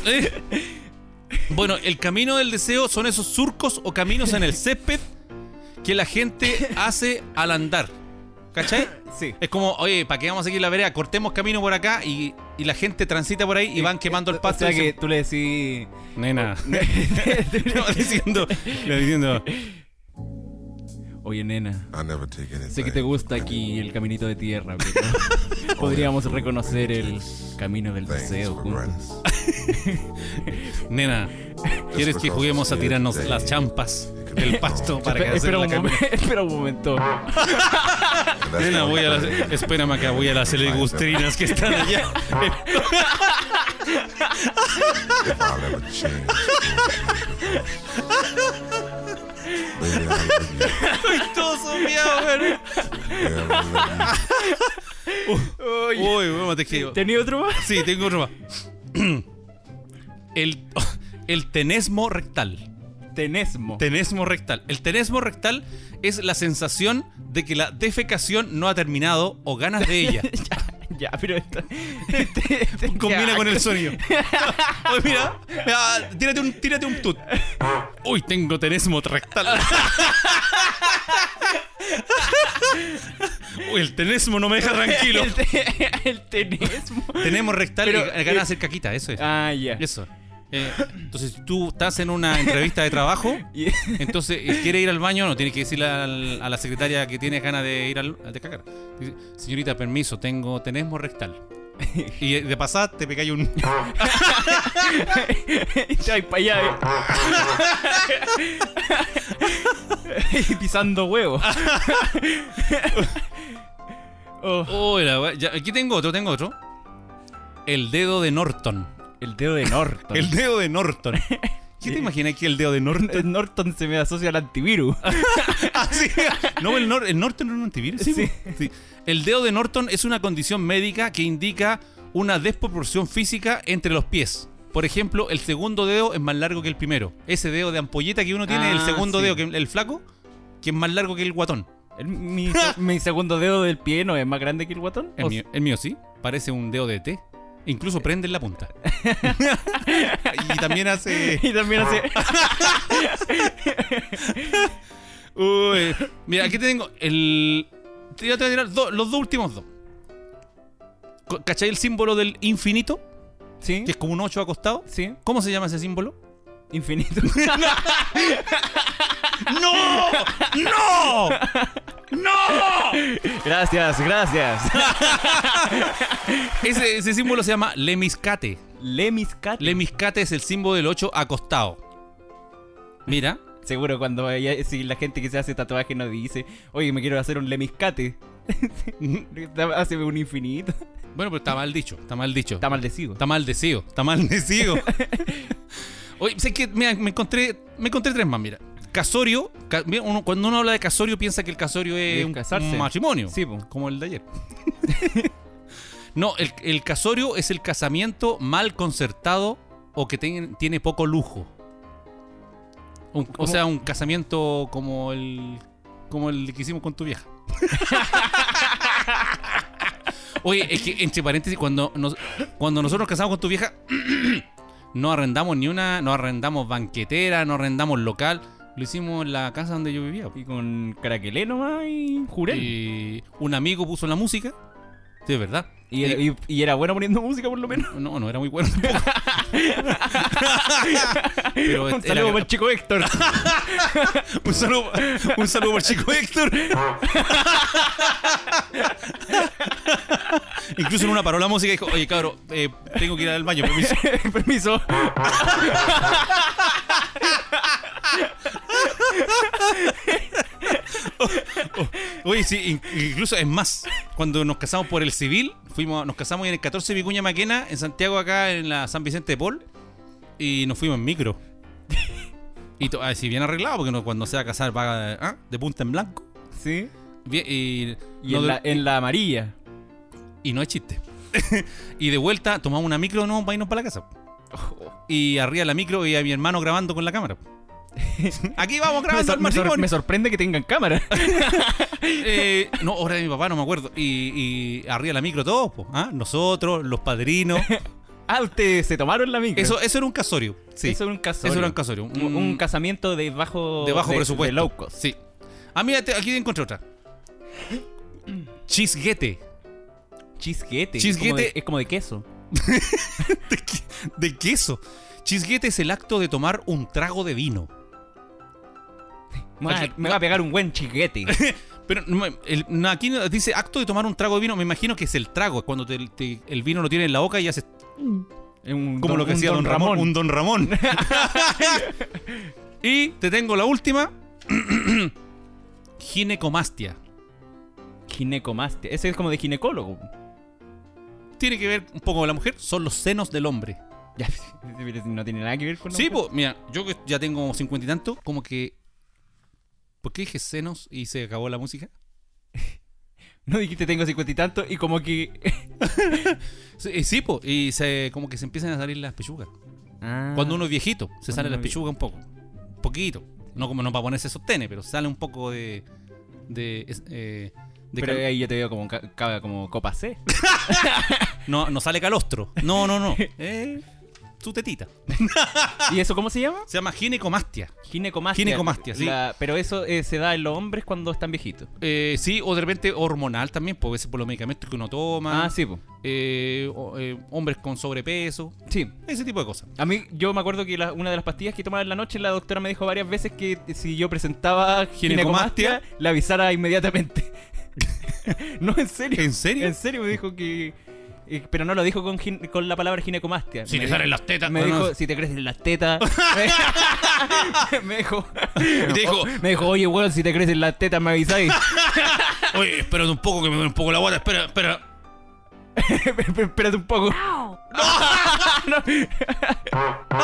Speaker 3: Bueno, el camino del deseo son esos surcos o caminos en el césped que la gente hace al andar. ¿Cachai?
Speaker 1: Sí.
Speaker 3: Es como, oye, ¿para qué vamos a seguir la vereda? Cortemos camino por acá y, y la gente transita por ahí y van quemando el
Speaker 1: eh, O
Speaker 3: pasto.
Speaker 1: sea
Speaker 3: y dicen,
Speaker 1: que tú le decís.
Speaker 3: Nena. No, diciendo, le diciendo.
Speaker 1: Oye, nena.
Speaker 9: I never take anything.
Speaker 1: Sé que te gusta aquí el caminito de tierra, pero podríamos reconocer el camino del
Speaker 9: Thanks
Speaker 1: deseo
Speaker 9: for
Speaker 1: juntos.
Speaker 9: granted.
Speaker 3: Nena, ¿quieres que juguemos a tirarnos las champas del pasto para que hacer
Speaker 1: Espera
Speaker 3: la
Speaker 1: un,
Speaker 3: camina?
Speaker 1: momento, espera un momento.
Speaker 9: And that's
Speaker 3: Nena,
Speaker 9: not
Speaker 3: voy a las.
Speaker 9: what it is.
Speaker 3: Espérame acá, voy a las ligustrinas que están allá.
Speaker 9: If I'll ever change. Baby, I love you.
Speaker 3: Todo sopeado, weón.
Speaker 9: Yeah, I love you.
Speaker 1: Oye,
Speaker 3: Uy, weón, te escribo.
Speaker 1: ¿Tenía otro más?
Speaker 3: Sí, tengo otro más. El, el tenesmo rectal.
Speaker 1: Tenesmo.
Speaker 3: Tenesmo rectal. El tenesmo rectal es la sensación de que la defecación no ha terminado o ganas de ella.
Speaker 1: ya, pero esto. este- este-
Speaker 3: Combina
Speaker 1: ya.
Speaker 3: con el sonido. Oye, mira, mira, tírate un, tírate un tut. Uy, tengo tenesmo rectal. Uy, el tenesmo no me deja tranquilo.
Speaker 1: El, te- el tenesmo.
Speaker 3: Tenemos rectal
Speaker 1: Pero, eh,
Speaker 3: y ganas de hacer caquita, eso es.
Speaker 1: Ah, ya.
Speaker 3: Eso. Eh, entonces, tú estás en una entrevista de trabajo,
Speaker 1: Y-
Speaker 3: entonces eh, quiere ir al baño, no tienes que decirle al- a la secretaria que tienes ganas de ir al de cagar. Dice, Señorita, permiso, tengo tenesmo rectal. Y eh, de pasada te pegáis un.
Speaker 1: y te vais para allá. eh. y pisando huevos. Oh,
Speaker 3: Oh, la wea- ya, aquí tengo otro, tengo otro. El dedo de Norton.
Speaker 1: el dedo de Norton.
Speaker 3: El dedo de Norton. ¿Qué te imaginas que el dedo de Norton?
Speaker 1: El Norton se me asocia al antivirus.
Speaker 3: Ah, sí. No, el, Nor- el Norton era un antivirus.
Speaker 1: Sí.
Speaker 3: po. Sí. El dedo de Norton es una condición médica que indica una desproporción física entre los pies. Por ejemplo, el segundo dedo es más largo que el primero. Ese dedo de ampolleta que uno tiene, el
Speaker 1: Ah,
Speaker 3: segundo
Speaker 1: sí.
Speaker 3: dedo, que el flaco, que es más largo que el guatón.
Speaker 1: El- mi, mi segundo dedo del pie no es más grande que el guatón.
Speaker 3: El,
Speaker 1: O-
Speaker 3: mío, el mío sí, parece un dedo de té. Incluso prende en la punta. y también hace...
Speaker 1: Y también hace.
Speaker 3: Uy. Mira, aquí te tengo el. Te voy a tirar dos- los dos últimos dos. Co- ¿Cachai el símbolo del infinito?
Speaker 1: ¿Sí?
Speaker 3: Que es como un 8 acostado.
Speaker 1: ¿Sí?
Speaker 3: ¿Cómo se llama ese símbolo?
Speaker 1: Infinito.
Speaker 3: ¡No! ¡No!
Speaker 1: Gracias, gracias.
Speaker 3: Ese, ese símbolo se llama lemiscate.
Speaker 1: Lemiscat.
Speaker 3: Lemiscate es el símbolo del 8 acostado. Mira,
Speaker 1: Seguro cuando vaya- si la gente que se hace tatuaje nos dice, oye, me quiero hacer un lemiscate. hace un infinito.
Speaker 3: bueno, pero está mal dicho, está mal dicho.
Speaker 1: Está maldecido.
Speaker 3: Está maldecido, está maldecido. Oye, sé que mira, me encontré, me encontré tres más, mira. Casorio, ca- mira, uno- cuando uno habla de casorio piensa que el casorio es
Speaker 1: Es
Speaker 3: un,
Speaker 1: casarse.
Speaker 3: un matrimonio,
Speaker 1: Sí, po.
Speaker 3: como el de ayer. no, el, el casorio es el casamiento mal concertado o que ten- tiene poco lujo. Un- o sea, un casamiento como el como el que hicimos con tu vieja. Oye, es que entre paréntesis, cuando, nos, cuando nosotros nos casamos con tu vieja, no arrendamos ni una, no arrendamos banquetera, no arrendamos local. Lo hicimos en la casa donde yo vivía.
Speaker 1: Y con caraquelé nomás y jurel. Y,
Speaker 3: Y un amigo puso la música. Sí, es verdad.
Speaker 1: y- y era bueno poniendo música por lo menos.
Speaker 3: No, no era muy bueno tampoco. Pero
Speaker 1: Un
Speaker 3: era-
Speaker 1: saludo para el chico Héctor.
Speaker 3: un saludo, un saludo para el chico Héctor. Incluso en una paró la música y dijo, oye cabro, eh, tengo que ir al baño, permiso".
Speaker 1: Permiso.
Speaker 3: Oye, sí, in- incluso es más, cuando nos casamos por el civil, fuimos, nos casamos en el 14 Vicuña Maquena, en Santiago, acá en la San Vicente de Paul, y nos fuimos en micro. Y to- ah, sí, bien arreglado, porque uno cuando se va a casar va ah, de punta en blanco.
Speaker 1: Sí.
Speaker 3: Bien, y,
Speaker 1: Y
Speaker 3: no
Speaker 1: en,
Speaker 3: de-
Speaker 1: la, en la amarilla.
Speaker 3: y no es chiste. y de vuelta tomamos una micro no para irnos para la casa.
Speaker 1: Oh.
Speaker 3: Y arriba de la micro y a mi hermano grabando con la cámara. Aquí vamos
Speaker 1: Me,
Speaker 3: grabando
Speaker 1: sor-
Speaker 3: el
Speaker 1: me sor-
Speaker 3: matrimonio.
Speaker 1: me sorprende que tengan cámara.
Speaker 3: Eh, no, obra de mi papá, no me acuerdo. Y, y arriba la micro todos, po, ¿ah? nosotros, los padrinos.
Speaker 1: ah, ustedes se tomaron la micro.
Speaker 3: Eso, eso era un casorio. Sí.
Speaker 1: Eso era un casorio.
Speaker 3: Eso era un casorio.
Speaker 1: Un, un casamiento de bajo,
Speaker 3: de bajo presupuesto.
Speaker 1: De low cost.
Speaker 3: Sí. Ah, mira, te- aquí encontré otra. Chisguete.
Speaker 1: Chisguete.
Speaker 3: Chisguete.
Speaker 1: Es como de, es como de queso.
Speaker 3: De queso. Chisguete es el acto de tomar un trago de vino.
Speaker 1: Me va, a- me va a pegar un buen chisguete.
Speaker 3: Pero no, el- no, aquí no- dice acto de tomar un trago de vino. Me imagino que es el trago, es cuando te- te- el vino lo tiene en la boca y haces
Speaker 1: Un
Speaker 3: como
Speaker 1: don-
Speaker 3: lo que
Speaker 1: un
Speaker 3: hacía Don, Ramón. Un Don Ramón. y te tengo la última. Ginecomastia.
Speaker 1: Ginecomastia. Ese es como de ginecólogo.
Speaker 3: Tiene que ver un poco con la mujer, son los senos del hombre.
Speaker 1: Ya, pero no tiene nada que ver con la
Speaker 3: Sí,
Speaker 1: mujer.
Speaker 3: pues, mira, yo que ya tengo cincuenta y tanto, como que. ¿Por qué dije senos y se acabó la música?
Speaker 1: No dijiste tengo cincuenta y tanto y como que...
Speaker 3: Sí, eh, sí, po, y se, como que se empiezan a salir las pechugas.
Speaker 1: Ah,
Speaker 3: Cuando uno es viejito, se
Speaker 1: Mm. Cuando
Speaker 3: sale
Speaker 1: uno es
Speaker 3: las pechugas un poco. Poquito. No como no para ponerse sostenes, pero sale un poco de. de. es- eh, de
Speaker 1: Pero
Speaker 3: cal-
Speaker 1: ahí yo te veo como, ca- ca- como copa C.
Speaker 3: no, no sale calostro. No, no, no. Eh, su tetita.
Speaker 1: ¿Y eso cómo se llama?
Speaker 3: Se llama ginecomastia.
Speaker 1: Ginecomastia.
Speaker 3: Ginecomastia, sí.
Speaker 1: La- pero eso eh, se da en los hombres cuando están viejitos.
Speaker 3: Eh, sí, o de repente hormonal también, porque a veces por los medicamentos que uno toma.
Speaker 1: Ah, sí, pues.
Speaker 3: eh, o- eh, hombres con sobrepeso.
Speaker 1: Sí.
Speaker 3: Ese tipo de cosas.
Speaker 1: A mí, yo me acuerdo que la- una de las pastillas que tomaba en la noche, la doctora me dijo varias veces que si yo presentaba ginecomastia, la avisara inmediatamente. no, en serio.
Speaker 3: ¿En serio?
Speaker 1: En serio me dijo que... eh, Pero no lo dijo con, gin- con la palabra ginecomastia.
Speaker 3: Si
Speaker 1: Me
Speaker 3: te
Speaker 1: dijo-
Speaker 3: salen las tetas.
Speaker 1: Me
Speaker 3: no,
Speaker 1: dijo,
Speaker 3: no.
Speaker 1: si te crecen las tetas. me dijo. "Oh",
Speaker 3: te dijo-
Speaker 1: me dijo, oye, weón, si te crecen las tetas, me avisáis.
Speaker 3: Oye, espérate un poco que me duele un poco la guata. Espera, espera.
Speaker 1: Esp- Espérate un poco.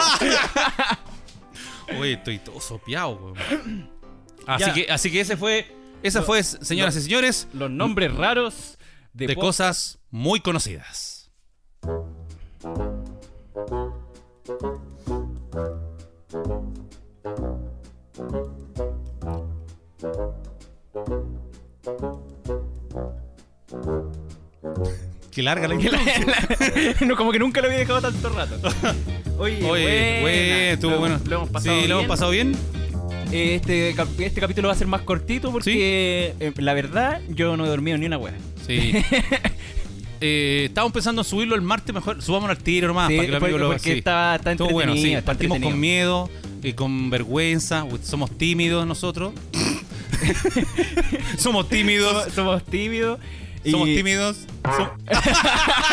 Speaker 3: Oye, estoy todo sopeado, weón. Así
Speaker 1: Ya.
Speaker 3: que, así que ese fue. Esa fue, señoras y señores,
Speaker 1: Los nombres raros de,
Speaker 3: de
Speaker 1: po-
Speaker 3: cosas muy conocidas. Qué larga la
Speaker 1: no, como que nunca lo había dejado tanto rato. Oye,
Speaker 3: Oye,
Speaker 1: buena.
Speaker 3: güey, estuvo
Speaker 1: Lo-
Speaker 3: bueno.
Speaker 1: Lo hemos pasado.
Speaker 3: Sí, lo hemos
Speaker 1: bien.
Speaker 3: pasado bien.
Speaker 1: Eh, Este, cap- este capítulo va a ser más cortito porque eh, la verdad yo no he dormido ni una wea.
Speaker 3: Sí. Eh, estábamos pensando en subirlo el martes mejor. Subámoslo al tiro nomás
Speaker 1: Sí,
Speaker 3: para que los amigos
Speaker 1: porque
Speaker 3: lo
Speaker 1: porque
Speaker 3: sí.
Speaker 1: está, está
Speaker 3: Estuvo
Speaker 1: entretenido.
Speaker 3: bueno, sí.
Speaker 1: está
Speaker 3: Partimos con
Speaker 1: entretenido.
Speaker 3: miedo, y con vergüenza, u- somos tímidos nosotros. Somos tímidos.
Speaker 1: Somos, somos tímidos. y-
Speaker 3: Somos tímidos. som-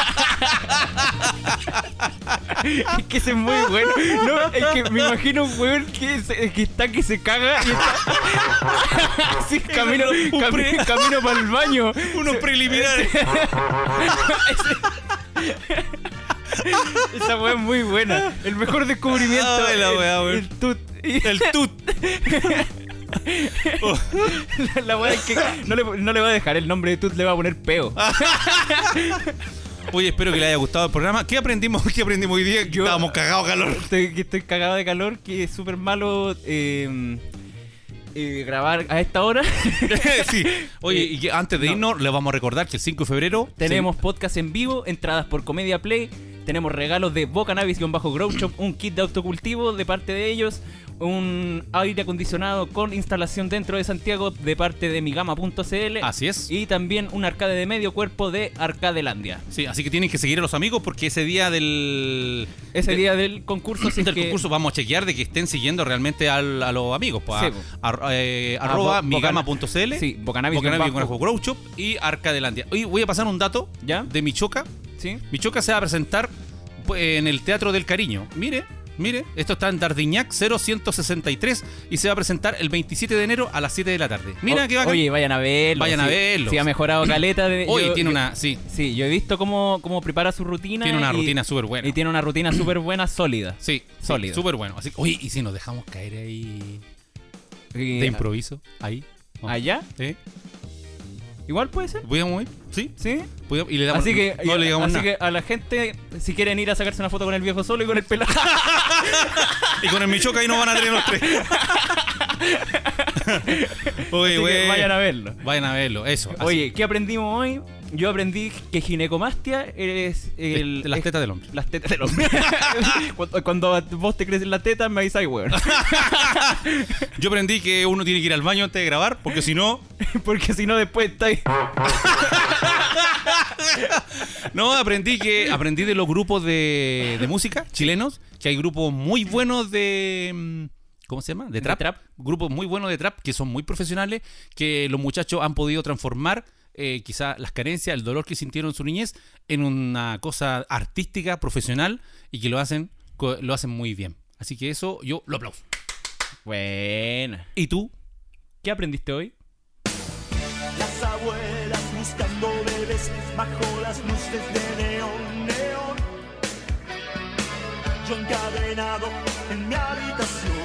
Speaker 1: Es que ese es muy bueno. No, es que me imagino un weón que, se- que está que se caga y está. Así, camino,
Speaker 3: Un
Speaker 1: cami-
Speaker 3: pre-
Speaker 1: camino para el baño.
Speaker 3: unos preliminares.
Speaker 1: Esa weá es muy buena. El mejor descubrimiento.
Speaker 3: Ay, la
Speaker 1: el-
Speaker 3: weá, weón.
Speaker 1: el tut. y-
Speaker 3: El tut.
Speaker 1: la, la weá es que no le, no le va a dejar el nombre de tut, le va a poner peo.
Speaker 3: Ah. Oye, espero que les haya gustado el programa. ¿Qué aprendimos? ¿Qué aprendimos hoy día?
Speaker 1: Yo-
Speaker 3: Estábamos cagados de calor.
Speaker 1: Estoy, que estoy cagado de calor, que es súper malo eh, eh, grabar a esta hora.
Speaker 3: sí. Oye, y que antes de irnos, les vamos a recordar que el 5 de febrero
Speaker 1: Tenemos podcast en vivo, entradas por Comedia Play, tenemos regalos de Bocanavis-Grow Shop, un kit de autocultivo de parte de ellos, un aire acondicionado con instalación dentro de Santiago de parte de migama.cl
Speaker 3: se- Así es.
Speaker 1: y también un arcade de medio cuerpo de Arcadelandia.
Speaker 3: Sí, así que tienen que seguir a los amigos porque ese día del,
Speaker 1: Ese
Speaker 3: de-
Speaker 1: día del concurso, si es
Speaker 3: del
Speaker 1: que-
Speaker 3: concurso vamos a chequear de que estén siguiendo realmente al- a los amigos. pues, a-
Speaker 1: Sí, po.
Speaker 3: a- eh,
Speaker 1: A
Speaker 3: arroba
Speaker 1: Bo-
Speaker 3: migama.cl.
Speaker 1: Sí, Bocanavis.
Speaker 3: Bocanavio
Speaker 1: guión
Speaker 3: con
Speaker 1: bajo.
Speaker 3: Grow Shop y Arcadelandia. Hoy voy a pasar un dato
Speaker 1: ¿Ya?
Speaker 3: de Michoca.
Speaker 1: ¿Sí?
Speaker 3: Michoca se va a presentar pues, en el Teatro del Cariño. Mire, mire, esto está en Dardiñac 0163 y se va a presentar el 27 de enero a las 7 de la tarde. Mira
Speaker 1: O-
Speaker 3: que va
Speaker 1: Oye, vayan a verlo.
Speaker 3: Vayan a
Speaker 1: sí.
Speaker 3: verlo.
Speaker 1: Sí, ha mejorado caleta. de-
Speaker 3: Oye,
Speaker 1: yo-
Speaker 3: tiene
Speaker 1: yo-
Speaker 3: una, sí,
Speaker 1: Sí, yo he visto cómo, cómo prepara su rutina.
Speaker 3: tiene una
Speaker 1: y-
Speaker 3: rutina súper buena.
Speaker 1: Y tiene una rutina súper buena, sólida.
Speaker 3: Sí,
Speaker 1: Sólido.
Speaker 3: sólido. Súper bueno. Así, oye, ¿y si nos dejamos caer ahí
Speaker 1: Y-
Speaker 3: de improviso? Ahí. ¿eh?
Speaker 1: ¿Allá?
Speaker 3: ¿Sí?
Speaker 1: Igual puede ser.
Speaker 3: ¿Podríamos ir? Sí.
Speaker 1: ¿Sí?
Speaker 3: podríamos- Y le damos,
Speaker 1: Así que,
Speaker 3: no le digamos
Speaker 1: así
Speaker 3: nada.
Speaker 1: que a la gente, si quieren ir a sacarse una foto con el viejo solo y con el pelado.
Speaker 3: Y con el Michoca ahí nos van a tener los tres.
Speaker 1: así
Speaker 3: oye,
Speaker 1: que
Speaker 3: güey.
Speaker 1: vayan a verlo.
Speaker 3: Vayan a verlo, eso. así.
Speaker 1: Oye, ¿qué aprendimos hoy? Yo aprendí que ginecomastia es el.
Speaker 3: De- las
Speaker 1: es-
Speaker 3: tetas del hombre.
Speaker 1: las tetas del hombre. cuando, cuando a vos te crecen las tetas, me avisáis, weón.
Speaker 3: Yo aprendí que uno tiene que ir al baño antes de grabar, porque si no.
Speaker 1: Porque si no, después estáis.
Speaker 3: No, aprendí que. Aprendí de los grupos de, de música chilenos, que hay grupos muy buenos de. mm, ¿Cómo se llama? De trap.
Speaker 1: trap.
Speaker 3: Grupos muy buenos de trap que son muy profesionales, que los muchachos han podido transformar eh, quizá las carencias, el dolor que sintieron en su niñez, en una cosa artística, profesional, y que lo hacen, co- lo hacen muy bien. Así que eso yo lo aplaudo.
Speaker 1: Buena.
Speaker 3: ¿Y tú?
Speaker 1: ¿Qué aprendiste hoy?
Speaker 2: Las abuelas buscando bebés bajo las luces de neón, neón. Yo encadenado en mi habitación.